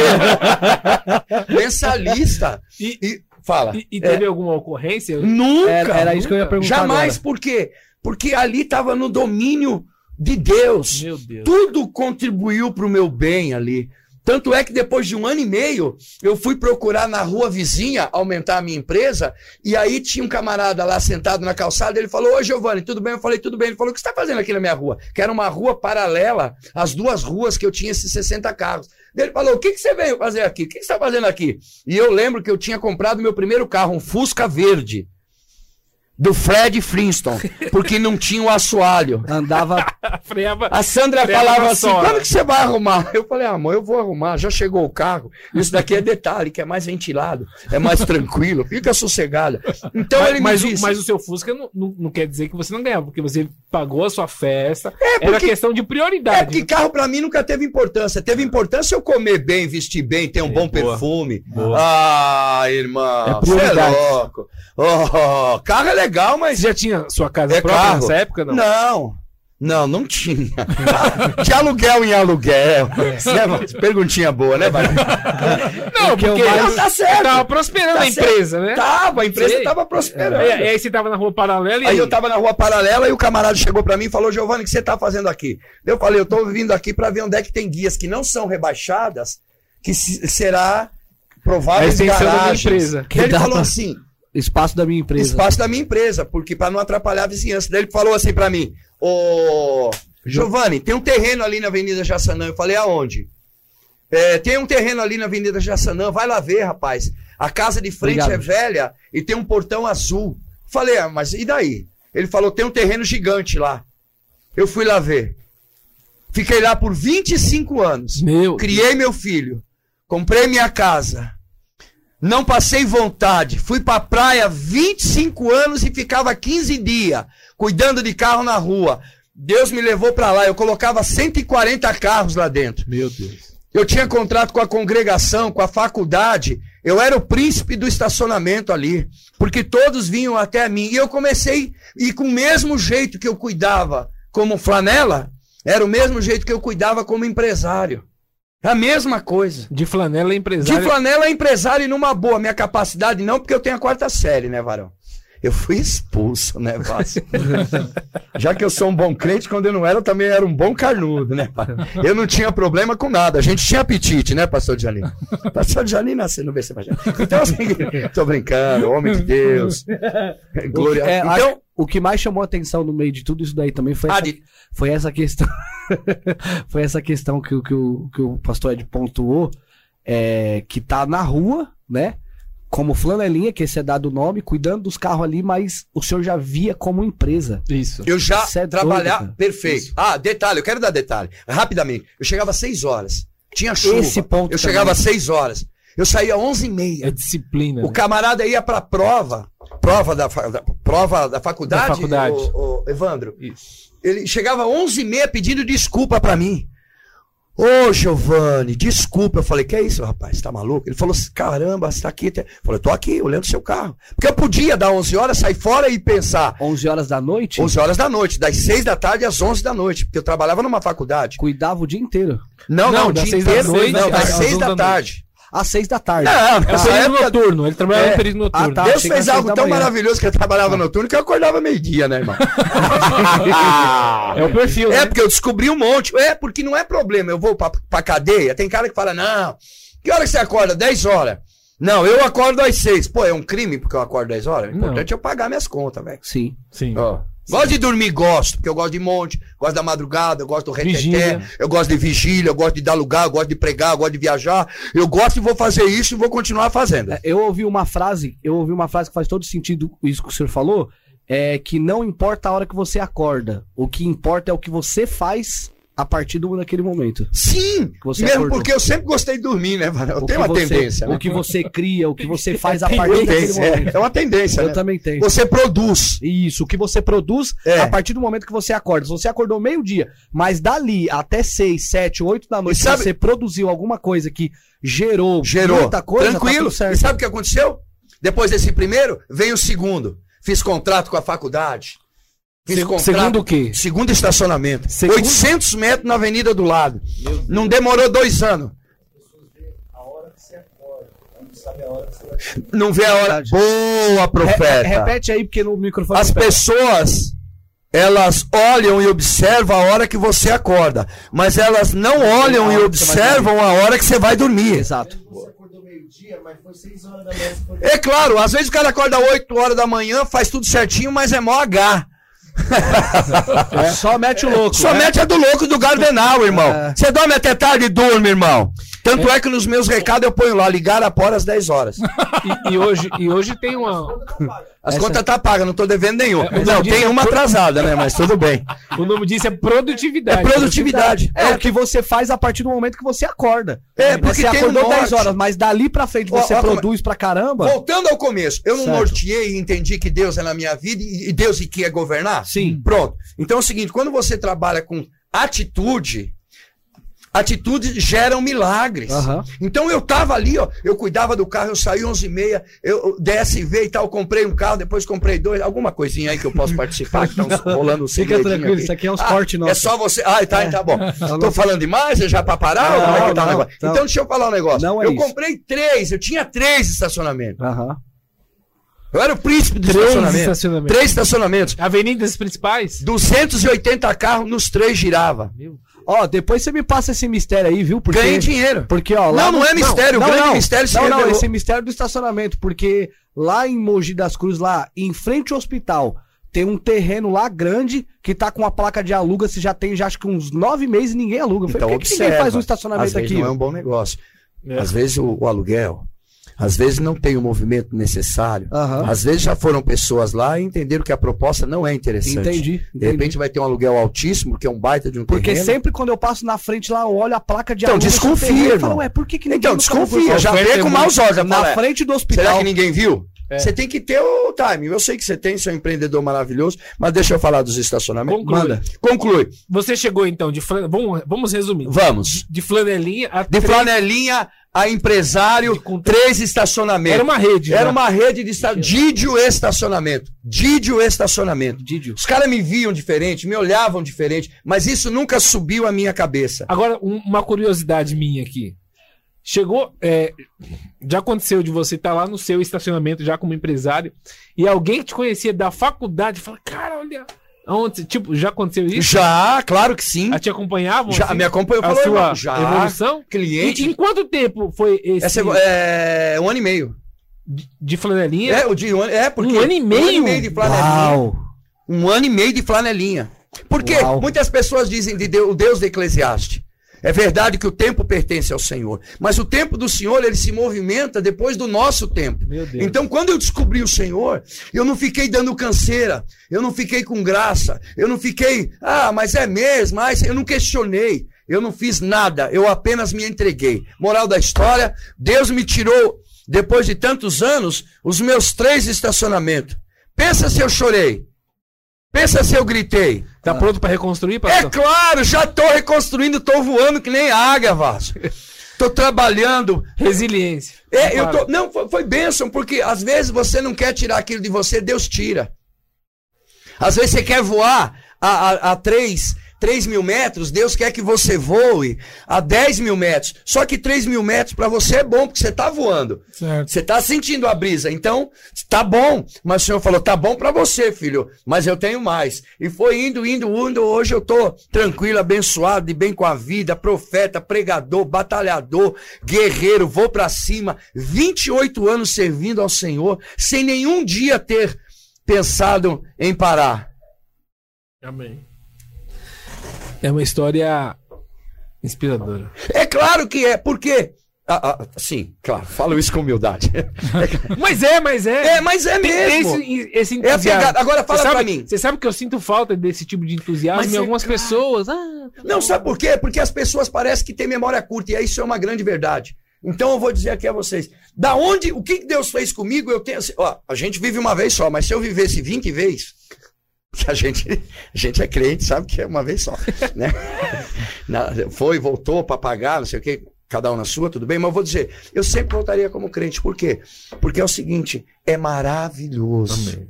Speaker 4: Brincadeira. mensalista.
Speaker 1: E-
Speaker 4: E, fala.
Speaker 1: E, e teve alguma ocorrência?
Speaker 4: Nunca.
Speaker 3: Era, era isso que eu ia
Speaker 1: nunca.
Speaker 3: perguntar.
Speaker 4: Jamais,
Speaker 3: agora.
Speaker 4: por quê? Porque ali estava no domínio de Deus.
Speaker 1: Meu Deus.
Speaker 4: Tudo contribuiu para o meu bem ali. Tanto é que depois de um ano e meio, eu fui procurar na rua vizinha aumentar a minha empresa, e aí tinha um camarada lá sentado na calçada, ele falou, ô Giovanni, tudo bem? Eu falei, tudo bem. Ele falou, o que você está fazendo aqui na minha rua? Que era uma rua paralela às duas ruas que eu tinha esses 60 carros. Daí Ele falou, o que, que você veio fazer aqui? O que, que você está fazendo aqui? E eu lembro que eu tinha comprado meu primeiro carro, um Fusca Verde. do Fred Flintstone, porque não tinha o assoalho.
Speaker 3: Andava.
Speaker 1: Freava.
Speaker 4: A Sandra
Speaker 1: Fred
Speaker 4: falava
Speaker 1: não
Speaker 4: assim:
Speaker 1: sora.
Speaker 4: quando que você vai arrumar? Eu falei: amor, eu vou arrumar, já chegou o carro. Isso daqui é detalhe, que é mais ventilado, é mais tranquilo, fica sossegada. Então ele
Speaker 1: Mas,
Speaker 4: me
Speaker 1: mas o-
Speaker 4: disse.
Speaker 1: mas o seu Fusca não, não- não quer dizer que você não ganhava, porque você pagou a sua festa. Era
Speaker 4: porque-
Speaker 1: questão de
Speaker 4: É
Speaker 1: prioridade.
Speaker 4: porque carro pra mim nunca teve importância. Teve importância eu comer bem, vestir bem, ter um bom perfume. Ah, irmão,
Speaker 3: É
Speaker 4: você é,
Speaker 3: prioridade.
Speaker 4: louco. Oh, carro é legal, mas.
Speaker 1: Você já tinha sua casa
Speaker 4: É
Speaker 1: própria
Speaker 4: carro.
Speaker 1: nessa época, não?
Speaker 4: Não. Não, não tinha. De aluguel em aluguel.
Speaker 1: É.
Speaker 4: Né, Val? Perguntinha boa, né, Vai?
Speaker 1: Não, porque,
Speaker 4: Não, tá certo.
Speaker 1: tava prosperando
Speaker 4: Tá
Speaker 1: a empresa, né?
Speaker 4: Tava, a empresa
Speaker 1: Sei.
Speaker 4: tava prosperando.
Speaker 1: E, e aí você tava na rua paralela e
Speaker 4: Aí eu tava na rua paralela e o camarada chegou pra mim e falou: Giovanni, o que você tá fazendo aqui? Eu falei: eu tô vindo aqui pra ver onde é que tem guias que não são rebaixadas, que se- será
Speaker 1: a
Speaker 4: prováveis
Speaker 1: extensão da minha
Speaker 4: garagens.
Speaker 1: empresa.
Speaker 4: Daí
Speaker 3: Que
Speaker 4: ele
Speaker 3: dá
Speaker 4: falou
Speaker 3: pra-
Speaker 4: assim:
Speaker 3: Espaço da minha empresa.
Speaker 4: espaço da minha empresa, porque para não atrapalhar a vizinhança. Daí ele falou assim pra mim: Ô, Giovanni, tem um terreno ali na Avenida Jaçanã. Eu falei: aonde? "É, tem um terreno ali na Avenida Jaçanã, vai lá ver, rapaz. A casa de frente
Speaker 3: Obrigado.
Speaker 4: é velha e tem um portão azul. Falei: ah, mas e daí? Ele falou: tem um terreno gigante lá. Eu fui lá ver. Fiquei lá por 25 anos.
Speaker 1: Meu.
Speaker 4: Criei meu filho. Comprei minha casa. Não passei vontade. Fui pra praia 25 anos e ficava 15 dias cuidando de carro na rua. Deus me levou pra lá. Eu colocava 140 carros lá dentro.
Speaker 1: Meu Deus.
Speaker 4: Eu tinha contrato com a congregação, com a faculdade. Eu era o príncipe do estacionamento ali, porque todos vinham até mim. E eu comecei, e com o mesmo jeito que eu cuidava como flanela, era o mesmo jeito que eu cuidava como empresário. A mesma coisa.
Speaker 1: De flanela é empresário.
Speaker 4: De flanela a empresário e numa boa. Minha capacidade não, porque eu tenho a quarta série, né, Varão? Eu fui expulso, né, Vasco? Já que eu sou um bom crente, quando eu não era, eu também era um bom carnudo, né? Varão? Eu não tinha problema com nada. A gente tinha apetite, né, pastor Janine? Pastor assim, Janine nasceu no BC Pajé. Então, assim, tô brincando, homem de Deus. Glória.
Speaker 3: É,
Speaker 4: então,
Speaker 3: acho- o que mais chamou a atenção no meio de tudo isso daí também foi
Speaker 4: Ah,
Speaker 3: essa,
Speaker 4: de-
Speaker 3: foi essa questão. foi essa questão que, o- que o, que o pastor Ed pontuou, é, que tá na rua, né? Como flanelinha, que esse é dado o nome, cuidando dos carros ali, mas o senhor já via como empresa.
Speaker 1: Isso.
Speaker 4: Eu já
Speaker 3: Cê é doido,
Speaker 4: trabalhar.
Speaker 3: cara.
Speaker 4: perfeito.
Speaker 3: Isso.
Speaker 4: Ah, detalhe, eu quero dar detalhe. Rapidamente. Eu chegava às 6 horas. Tinha chuva.
Speaker 3: Esse ponto também.
Speaker 4: eu chegava às 6 horas. Eu saía às 11 e meia.
Speaker 1: É disciplina.
Speaker 4: O
Speaker 1: né?
Speaker 4: camarada ia pra prova. Prova da, fa- da- prova da faculdade,
Speaker 1: Da faculdade.
Speaker 4: ô- ô, Evandro.
Speaker 1: Isso.
Speaker 4: Ele chegava às 11 e meia pedindo desculpa pra mim. Ô, Giovanni, desculpa. Eu falei, que é isso, rapaz? Tá maluco? Ele falou, caramba, você tá aqui. até-" Eu falei, tô aqui, olhando seu carro. Porque eu podia dar 11 horas, sair fora e pensar,
Speaker 3: 11 horas da noite,
Speaker 4: 11 horas da noite, das 6 da tarde às 11 da noite, porque eu trabalhava numa faculdade.
Speaker 3: cuidava o dia inteiro.
Speaker 4: Não,
Speaker 1: Não,
Speaker 4: não,
Speaker 1: das
Speaker 4: das
Speaker 1: seis
Speaker 4: 6
Speaker 1: da
Speaker 4: da
Speaker 1: noite
Speaker 4: noite, não, das
Speaker 1: às
Speaker 4: 6
Speaker 1: onze da
Speaker 4: da
Speaker 1: noite.
Speaker 4: tarde.
Speaker 3: Às 6 da tarde.
Speaker 4: Não,
Speaker 1: É o
Speaker 4: nessa
Speaker 1: período
Speaker 4: época,
Speaker 1: noturno. Ele trabalhava
Speaker 4: É.
Speaker 1: no período Ah, noturno.
Speaker 3: tá.
Speaker 4: Deus
Speaker 3: chega às
Speaker 4: fez
Speaker 3: seis
Speaker 4: algo
Speaker 3: da
Speaker 4: tão
Speaker 3: manhã.
Speaker 4: maravilhoso que eu trabalhava noturno que eu acordava meio-dia, né, irmão?
Speaker 1: É o perfil.
Speaker 4: É,
Speaker 1: né?
Speaker 4: porque eu descobri um monte. É, porque não é problema. Eu vou pra, pra cadeia, tem cara que fala, não. Que hora que você acorda? 10 horas. Não, eu acordo às 6. Pô, é um crime porque eu acordo 10 horas? O
Speaker 1: Não.
Speaker 4: importante é eu pagar minhas contas, velho.
Speaker 3: Sim.
Speaker 1: Sim.
Speaker 4: Ó, Gosto de dormir, gosto, porque eu gosto de monte, gosto da madrugada, eu gosto do reteté,
Speaker 1: Vigília.
Speaker 4: eu gosto de vigília, eu gosto de dar lugar, eu gosto de pregar, eu gosto de viajar. Eu gosto e vou fazer isso e vou continuar fazendo.
Speaker 3: É, Eu ouvi uma frase, eu ouvi uma frase que faz todo sentido isso que o senhor falou, é que não importa a hora que você acorda, o que importa é o que você faz a partir do daquele momento.
Speaker 4: Sim!
Speaker 3: Você
Speaker 4: mesmo
Speaker 3: acordou.
Speaker 4: porque eu sempre gostei de dormir, né, mano? Eu
Speaker 3: O
Speaker 4: tenho
Speaker 3: que
Speaker 4: uma
Speaker 3: você-
Speaker 4: tendência, né?
Speaker 3: O que você cria, o que você faz a
Speaker 4: É
Speaker 3: partir daquele
Speaker 4: tendência,
Speaker 3: momento.
Speaker 4: é. É uma tendência,
Speaker 3: Eu
Speaker 4: né?
Speaker 3: também tenho.
Speaker 4: Você produz.
Speaker 3: Isso, o que você produz
Speaker 4: É.
Speaker 3: a partir do momento que você acorda. Se você acordou meio-dia, mas dali até 6, 7, 8 da noite,
Speaker 4: E sabe-
Speaker 3: você produziu alguma coisa que gerou,
Speaker 4: Gerou.
Speaker 3: muita coisa, tá
Speaker 4: Tranquilo.
Speaker 3: tudo certo.
Speaker 4: E sabe o que aconteceu? Depois desse primeiro, veio o segundo. Fiz contrato com a faculdade. Fiz
Speaker 1: Segu-
Speaker 4: contrato.
Speaker 1: Segundo o quê?
Speaker 4: Segundo estacionamento.
Speaker 1: Segundo?
Speaker 4: 800 metros na avenida do lado. Não demorou dois anos. Não vê a hora.
Speaker 3: Verdade.
Speaker 4: Boa, profeta.
Speaker 3: Re- repete aí, porque no microfone.
Speaker 4: As pessoas, elas olham e observam a hora que você acorda. Mas elas não olham e
Speaker 3: hora que você vai
Speaker 4: observam a hora que você vai dormir.
Speaker 3: Exato.
Speaker 4: É claro, às vezes o cara acorda 8 horas da manhã, faz tudo certinho, mas é mó H.
Speaker 3: Só mete o louco.
Speaker 4: É,
Speaker 3: É
Speaker 4: Somente é do louco do Gardenal, irmão. Você dorme até tarde e dorme, irmão. Tanto é que nos meus recados eu ponho lá, ligar após às 10 horas.
Speaker 1: E, e hoje, e hoje tem uma.
Speaker 4: As
Speaker 3: Essa-
Speaker 4: contas tá pagas, não tô devendo nenhum.
Speaker 1: É, o
Speaker 4: não,
Speaker 1: Zandinho
Speaker 4: tem
Speaker 1: é
Speaker 4: uma
Speaker 1: pro-
Speaker 4: atrasada, né? Mas tudo bem.
Speaker 1: O nome disso é
Speaker 4: É
Speaker 1: produtividade.
Speaker 4: produtividade.
Speaker 3: É, o que você faz a partir do momento que você acorda.
Speaker 4: É, porque
Speaker 3: você
Speaker 4: tem um
Speaker 3: acordou
Speaker 4: norte.
Speaker 3: 10 horas, mas dali pra frente
Speaker 4: Ó,
Speaker 3: você
Speaker 4: ó, como-
Speaker 3: produz pra caramba.
Speaker 4: Voltando ao começo, eu não
Speaker 3: Certo.
Speaker 4: norteei e entendi que Deus é na minha vida e e Deus e que é governar?
Speaker 3: Sim.
Speaker 4: Pronto. Então é o seguinte, quando você trabalha com atitude, atitudes geram milagres.
Speaker 3: Aham.
Speaker 4: Então eu tava ali, ó, eu cuidava do carro, eu saí 11h30, eu eu DSV e tal, comprei um carro, depois comprei dois, alguma coisinha aí que eu posso participar, que estão rolando um
Speaker 3: Fica
Speaker 4: segredinho
Speaker 3: tranquilo,
Speaker 4: aqui.
Speaker 3: isso aqui é uns
Speaker 4: Ah,
Speaker 3: cortes
Speaker 4: É
Speaker 3: nossos. É.
Speaker 4: só você. Ah, tá, tá bom. Tô falando demais? É já pra parar? ou
Speaker 3: Não,
Speaker 4: como é que tá o
Speaker 3: não,
Speaker 4: negócio?
Speaker 3: não.
Speaker 4: Então deixa eu falar um negócio.
Speaker 3: Não é
Speaker 4: eu
Speaker 3: isso.
Speaker 4: comprei três, eu tinha três estacionamentos.
Speaker 3: Aham.
Speaker 4: Eu era o príncipe do
Speaker 1: Três
Speaker 4: estacionamento.
Speaker 1: estacionamentos.
Speaker 4: Três estacionamentos.
Speaker 1: Avenidas principais?
Speaker 4: 280 carros nos três girava.
Speaker 3: Ó, depois você me passa esse mistério aí, viu? Porque...
Speaker 4: Ganhei dinheiro.
Speaker 3: Porque, ó, lá.
Speaker 4: Não, não é mistério, o grande
Speaker 3: não.
Speaker 4: mistério se
Speaker 3: Não, não,
Speaker 4: revelou.
Speaker 3: esse é mistério do estacionamento, porque lá em Mogi das Cruzes, lá em frente ao hospital, tem um terreno lá grande que tá com a placa de aluga, se já tem, já acho que uns nove meses e ninguém aluga. Eu falei, por que, que ninguém
Speaker 4: Então, observa.
Speaker 3: faz um
Speaker 4: Às
Speaker 3: estacionamento
Speaker 4: vezes
Speaker 3: aqui? É.
Speaker 4: não é um bom negócio.
Speaker 1: É.
Speaker 4: Às vezes o, o aluguel, às vezes não tem o movimento necessário.
Speaker 3: Aham.
Speaker 4: Às vezes já foram pessoas lá e entenderam que a proposta não é interessante.
Speaker 3: Entendi.
Speaker 4: De
Speaker 3: entendi.
Speaker 4: repente vai ter um aluguel altíssimo, que é um baita de um
Speaker 3: Porque
Speaker 4: terreno.
Speaker 3: sempre quando eu passo na frente lá, eu olho a placa de
Speaker 4: Então,
Speaker 3: aluga,
Speaker 4: desconfia,
Speaker 3: terreno, eu
Speaker 4: irmão.
Speaker 3: falo, ué, por que, que ninguém
Speaker 4: Então,
Speaker 3: nunca
Speaker 4: desconfia,
Speaker 3: alugou?
Speaker 4: já vê com maus olhos. já fala,
Speaker 3: Na
Speaker 4: é,
Speaker 3: frente do
Speaker 4: Será
Speaker 3: hospital.
Speaker 4: que ninguém viu?
Speaker 1: É.
Speaker 4: Você tem que ter o time. Eu sei que você tem, você é um empreendedor maravilhoso, mas deixa eu falar dos estacionamentos.
Speaker 1: Conclui.
Speaker 4: Manda. Conclui.
Speaker 1: Você chegou então de flan... vamos, vamos resumir.
Speaker 4: Vamos.
Speaker 1: De flanelinha a
Speaker 4: De
Speaker 1: três-
Speaker 4: flanelinha a empresário,
Speaker 1: com-
Speaker 4: três
Speaker 1: Era
Speaker 4: estacionamentos.
Speaker 1: uma rede.
Speaker 4: Era
Speaker 1: né?
Speaker 4: uma rede de esta... Dídio estacionamento. Dídio estacionamento.
Speaker 3: Didio.
Speaker 4: Os caras me viam diferente, me olhavam diferente, mas isso nunca subiu à minha cabeça.
Speaker 1: Agora, um- uma curiosidade minha aqui. Chegou. é, já aconteceu de você estar lá no seu estacionamento, já como empresário, e alguém te conhecia da faculdade e fala: Cara, olha. Onde, tipo, já aconteceu isso?
Speaker 4: Já, claro que sim.
Speaker 1: Já te acompanhavam?
Speaker 4: Já,
Speaker 1: assim,
Speaker 4: me acompanhou.
Speaker 1: a
Speaker 4: falou,
Speaker 1: sua
Speaker 4: irmão, já.
Speaker 1: evolução? E
Speaker 4: Cliente.
Speaker 1: em quanto tempo foi esse
Speaker 4: Essa é, é um ano e meio.
Speaker 1: de, de flanelinha?
Speaker 4: É, o de um ano, é porque
Speaker 1: Um ano e meio?
Speaker 4: Um ano e meio de flanelinha.
Speaker 3: Uau.
Speaker 4: Um ano e meio de flanelinha. Porque
Speaker 3: Uau.
Speaker 4: muitas pessoas dizem de Deus, o Deus de Eclesiastes. É verdade que o tempo pertence ao Senhor, mas o tempo do Senhor ele se movimenta depois do nosso tempo.
Speaker 1: Meu Deus.
Speaker 4: Então, quando eu descobri o Senhor, eu não fiquei dando canseira, eu não fiquei com graça, eu não fiquei, ah, mas é mesmo, ah, isso- eu não questionei, eu não fiz nada, eu apenas me entreguei. Moral da história, Deus me tirou, depois de tantos anos, os meus três estacionamentos. Pensa se eu chorei. Pensa se eu gritei.
Speaker 1: Tá pronto pra reconstruir,
Speaker 4: É
Speaker 1: pastor?
Speaker 4: claro, já tô reconstruindo, tô voando que nem águia, Vasco. Tô trabalhando,
Speaker 1: Resiliência.
Speaker 4: é, eu
Speaker 1: Claro.
Speaker 4: tô. Não, foi, foi bênção, porque às vezes você não quer tirar aquilo de você, Deus tira. Às vezes você quer voar a, a, a 3, mil metros, Deus quer que você voe a 10 mil metros. Só que 3 mil metros para você é bom, porque você tá voando.
Speaker 2: Certo.
Speaker 4: Você tá sentindo a brisa, então tá bom. Mas o senhor falou, tá bom para você, filho, mas eu tenho mais. E foi indo, indo, indo. Hoje eu tô tranquilo, abençoado, de bem com a vida, profeta, pregador, batalhador, guerreiro, vou para cima. 28 anos servindo ao Senhor, sem nenhum dia ter pensado em parar.
Speaker 1: Amém. É uma história inspiradora.
Speaker 4: É claro que é, porque. Ah, ah, sim, claro, falo isso com humildade.
Speaker 1: Mas é, mas é.
Speaker 4: É, mas é
Speaker 1: Tem que ter
Speaker 4: mesmo.
Speaker 1: esse, esse
Speaker 4: É a
Speaker 1: entusiasmo.
Speaker 4: pegada. Agora fala
Speaker 1: você sabe,
Speaker 4: pra mim.
Speaker 1: Você sabe que eu sinto falta desse tipo de entusiasmo
Speaker 4: Mas
Speaker 1: em
Speaker 4: é
Speaker 1: algumas pessoas. Ah,
Speaker 4: Não, sabe por quê? Porque as pessoas parecem que têm memória curta, e isso é uma grande verdade. Então eu vou dizer aqui a vocês: da onde, o que que Deus fez comigo, eu tenho. assim, Ó, a gente vive uma vez só, mas se eu vivesse 20 vezes, que a gente, a gente é crente, sabe que é uma vez só. Né? Na- foi, voltou, papagaio, não sei o quê, cada um na sua, tudo bem, mas eu vou dizer, eu sempre voltaria como crente. Por quê? Porque é o seguinte: é maravilhoso.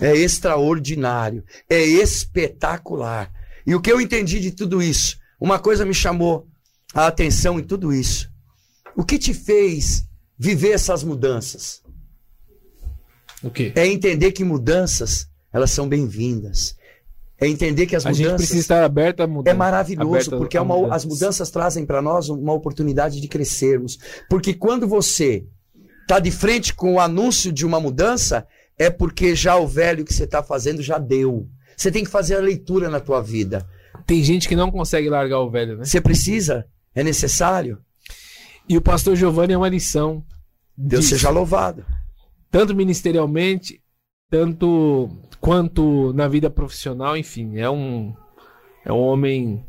Speaker 4: É extraordinário, é espetacular. E o que eu entendi de tudo isso? Uma coisa me chamou a atenção em tudo isso. O que te fez viver essas mudanças?
Speaker 1: O quê?
Speaker 4: É entender que mudanças, elas são bem-vindas. É entender que as
Speaker 1: A gente precisa
Speaker 4: mudanças
Speaker 1: estar aberto a mudar.
Speaker 4: é maravilhoso,
Speaker 1: Aberto
Speaker 4: porque
Speaker 1: a
Speaker 4: é uma-
Speaker 1: mudanças.
Speaker 4: as mudanças trazem para nós uma oportunidade de crescermos. Porque quando você está de frente com o anúncio de uma mudança, é porque já o velho que você está fazendo já deu. Você tem que fazer a leitura na tua vida.
Speaker 1: Tem gente que não consegue largar o velho, né?
Speaker 4: Você precisa, é necessário.
Speaker 1: E o pastor Giovanni é uma lição.
Speaker 4: Deus
Speaker 1: disso.
Speaker 4: seja louvado.
Speaker 1: tanto ministerialmente, tanto quanto na vida profissional, enfim, é um é um homem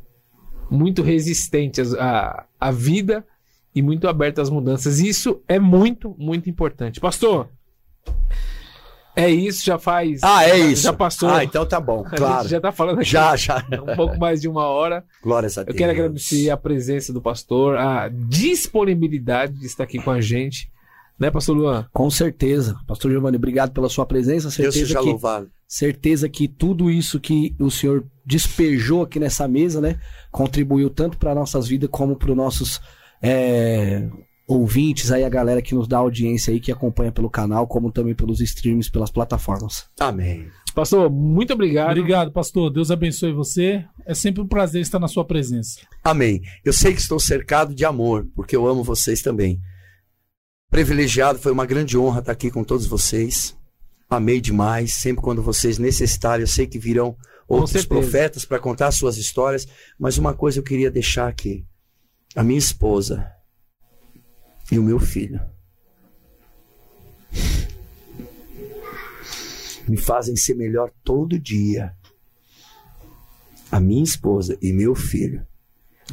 Speaker 1: muito resistente às- à, à vida e muito aberto às mudanças. Isso é muito, muito importante. Pastor, é isso, já faz.
Speaker 4: Ah, é
Speaker 1: já-
Speaker 4: isso.
Speaker 1: Já passou.
Speaker 4: Ah, então tá bom,
Speaker 1: A
Speaker 4: claro.
Speaker 1: gente já tá falando aqui
Speaker 4: Já, já.
Speaker 1: um pouco mais de uma hora.
Speaker 4: Glórias a
Speaker 1: Eu
Speaker 4: Deus.
Speaker 1: quero agradecer a presença do pastor, a disponibilidade de estar aqui com a gente. Né, pastor Luan?
Speaker 3: Com certeza. Pastor Giovanni, obrigado pela sua presença.
Speaker 4: Deus
Speaker 3: Certeza
Speaker 4: seja
Speaker 3: que
Speaker 4: louvado.
Speaker 3: certeza que tudo isso que o senhor despejou aqui nessa mesa, né, contribuiu tanto para nossas vidas como para os nossos é, ouvintes aí, a galera que nos dá audiência aí, que acompanha pelo canal, como também pelos streams, pelas plataformas.
Speaker 4: Amém.
Speaker 1: Pastor, muito obrigado.
Speaker 2: Obrigado, pastor. Deus abençoe você. É sempre um prazer estar na sua presença.
Speaker 4: Amém. Eu sei que estou cercado de amor, porque eu amo vocês também. Privilegiado, foi uma grande honra estar aqui com todos vocês. Amei demais. Sempre quando vocês necessitarem, eu sei que virão
Speaker 1: Com
Speaker 4: outros
Speaker 1: certeza.
Speaker 4: profetas para contar suas histórias. Mas uma coisa eu queria deixar aqui: a minha esposa e o meu filho me fazem ser melhor todo dia. A minha esposa e meu filho.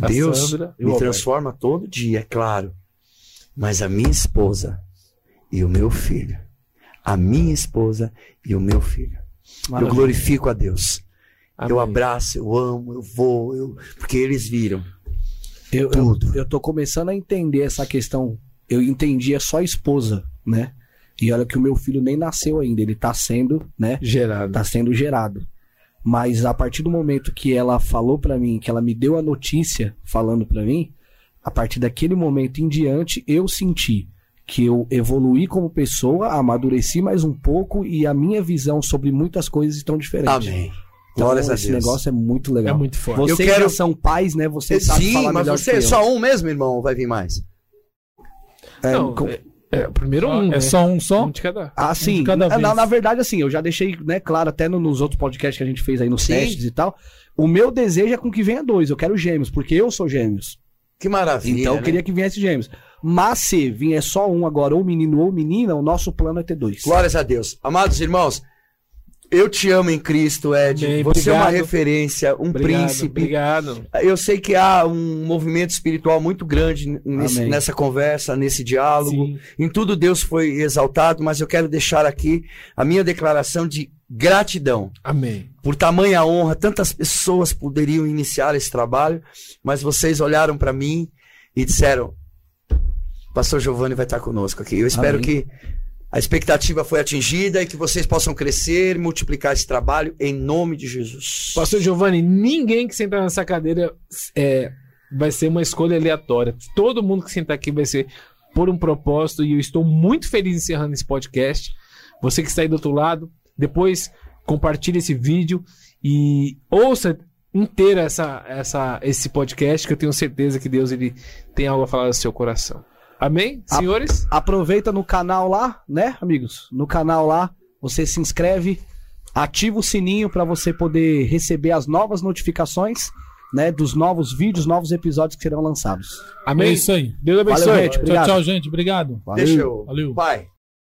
Speaker 1: A
Speaker 4: Deus
Speaker 1: Sandra e o
Speaker 4: me
Speaker 1: Alberto.
Speaker 4: transforma todo dia, é claro. Mas a minha esposa e o meu filho. A minha esposa e o meu filho. Eu glorifico a Deus. Eu
Speaker 1: Amém.
Speaker 4: abraço, eu amo, eu vou, eu... porque eles viram.
Speaker 3: Eu, eu,
Speaker 4: Tudo.
Speaker 3: eu tô começando a entender essa questão. Eu entendi, é só esposa, né? E olha que o meu filho nem nasceu ainda, ele tá sendo, né?
Speaker 1: gerado.
Speaker 3: tá sendo gerado. Mas a partir do momento que ela falou pra mim, que ela me deu a notícia falando pra mim, a partir daquele momento em diante, eu senti que eu evoluí como pessoa, amadureci mais um pouco e a minha visão sobre muitas coisas estão diferentes.
Speaker 4: Amém.
Speaker 3: Então,
Speaker 4: Glórias a
Speaker 3: esse
Speaker 4: Deus.
Speaker 3: negócio é muito legal.
Speaker 1: É muito forte.
Speaker 3: Vocês
Speaker 4: Eu quero-
Speaker 3: já são pais, né? Você sabe
Speaker 4: Sim,
Speaker 3: falar
Speaker 4: mas
Speaker 3: melhor
Speaker 4: você é
Speaker 3: que eu.
Speaker 4: só um mesmo, irmão, ou vai vir mais?
Speaker 3: É,
Speaker 1: Não,
Speaker 3: com-
Speaker 1: é, é, primeiro um,
Speaker 2: é
Speaker 1: né?
Speaker 2: só um só?
Speaker 1: Um de cada.
Speaker 3: Ah, sim.
Speaker 2: de cada
Speaker 3: Na- na,
Speaker 2: vez.
Speaker 3: na verdade, assim, eu já deixei, né, claro, até no- nos outros podcasts que a gente fez aí nos
Speaker 4: Sim.
Speaker 3: testes e tal. O meu desejo é com que venha dois. Eu quero gêmeos, porque eu sou gêmeos.
Speaker 4: Que maravilha.
Speaker 3: então eu
Speaker 4: né?
Speaker 3: queria que viesse gêmeos. Mas se vier só um agora, ou menino ou menina, o nosso plano é ter dois.
Speaker 4: Glórias a Deus. Amados irmãos, eu te amo em Cristo, Ed.
Speaker 1: Amém,
Speaker 4: você é uma
Speaker 1: obrigado.
Speaker 4: referência, um
Speaker 1: Obrigado,
Speaker 4: príncipe.
Speaker 1: Obrigado.
Speaker 4: Eu sei que há um movimento espiritual muito grande n- nesse-
Speaker 3: Amém.
Speaker 4: nessa conversa, nesse diálogo.
Speaker 1: Sim.
Speaker 4: Em tudo Deus foi exaltado, mas eu quero deixar aqui a minha declaração de gratidão
Speaker 1: Amém.
Speaker 4: por tamanha honra. Tantas pessoas poderiam iniciar esse trabalho, mas vocês olharam para mim e disseram: Pastor Giovanni vai estar conosco aqui. Eu espero
Speaker 3: Amém.
Speaker 4: que a expectativa foi atingida e que vocês possam crescer e multiplicar esse trabalho em nome de Jesus.
Speaker 1: Pastor Giovanni, ninguém que sentar nessa cadeira é, vai ser uma escolha aleatória. Todo mundo que sentar aqui vai ser por um propósito e eu estou muito feliz encerrando esse podcast. Você que está aí do outro lado, depois compartilhe esse vídeo e ouça inteira essa, essa, esse podcast que eu tenho certeza que Deus ele tem algo a falar no seu coração. Amém,
Speaker 3: Ah.
Speaker 1: senhores?
Speaker 3: Aproveita no canal lá, né, amigos? No canal lá, você se inscreve, ativa o sininho para você poder receber as novas notificações, né, dos novos vídeos, novos episódios que serão lançados.
Speaker 1: Amém?
Speaker 2: É isso aí.
Speaker 1: Deus abençoe.
Speaker 3: Valeu, gente.
Speaker 2: Tchau,
Speaker 3: Obrigado.
Speaker 2: tchau, gente. Obrigado.
Speaker 4: Deixa eu.
Speaker 2: Valeu.
Speaker 4: Pai,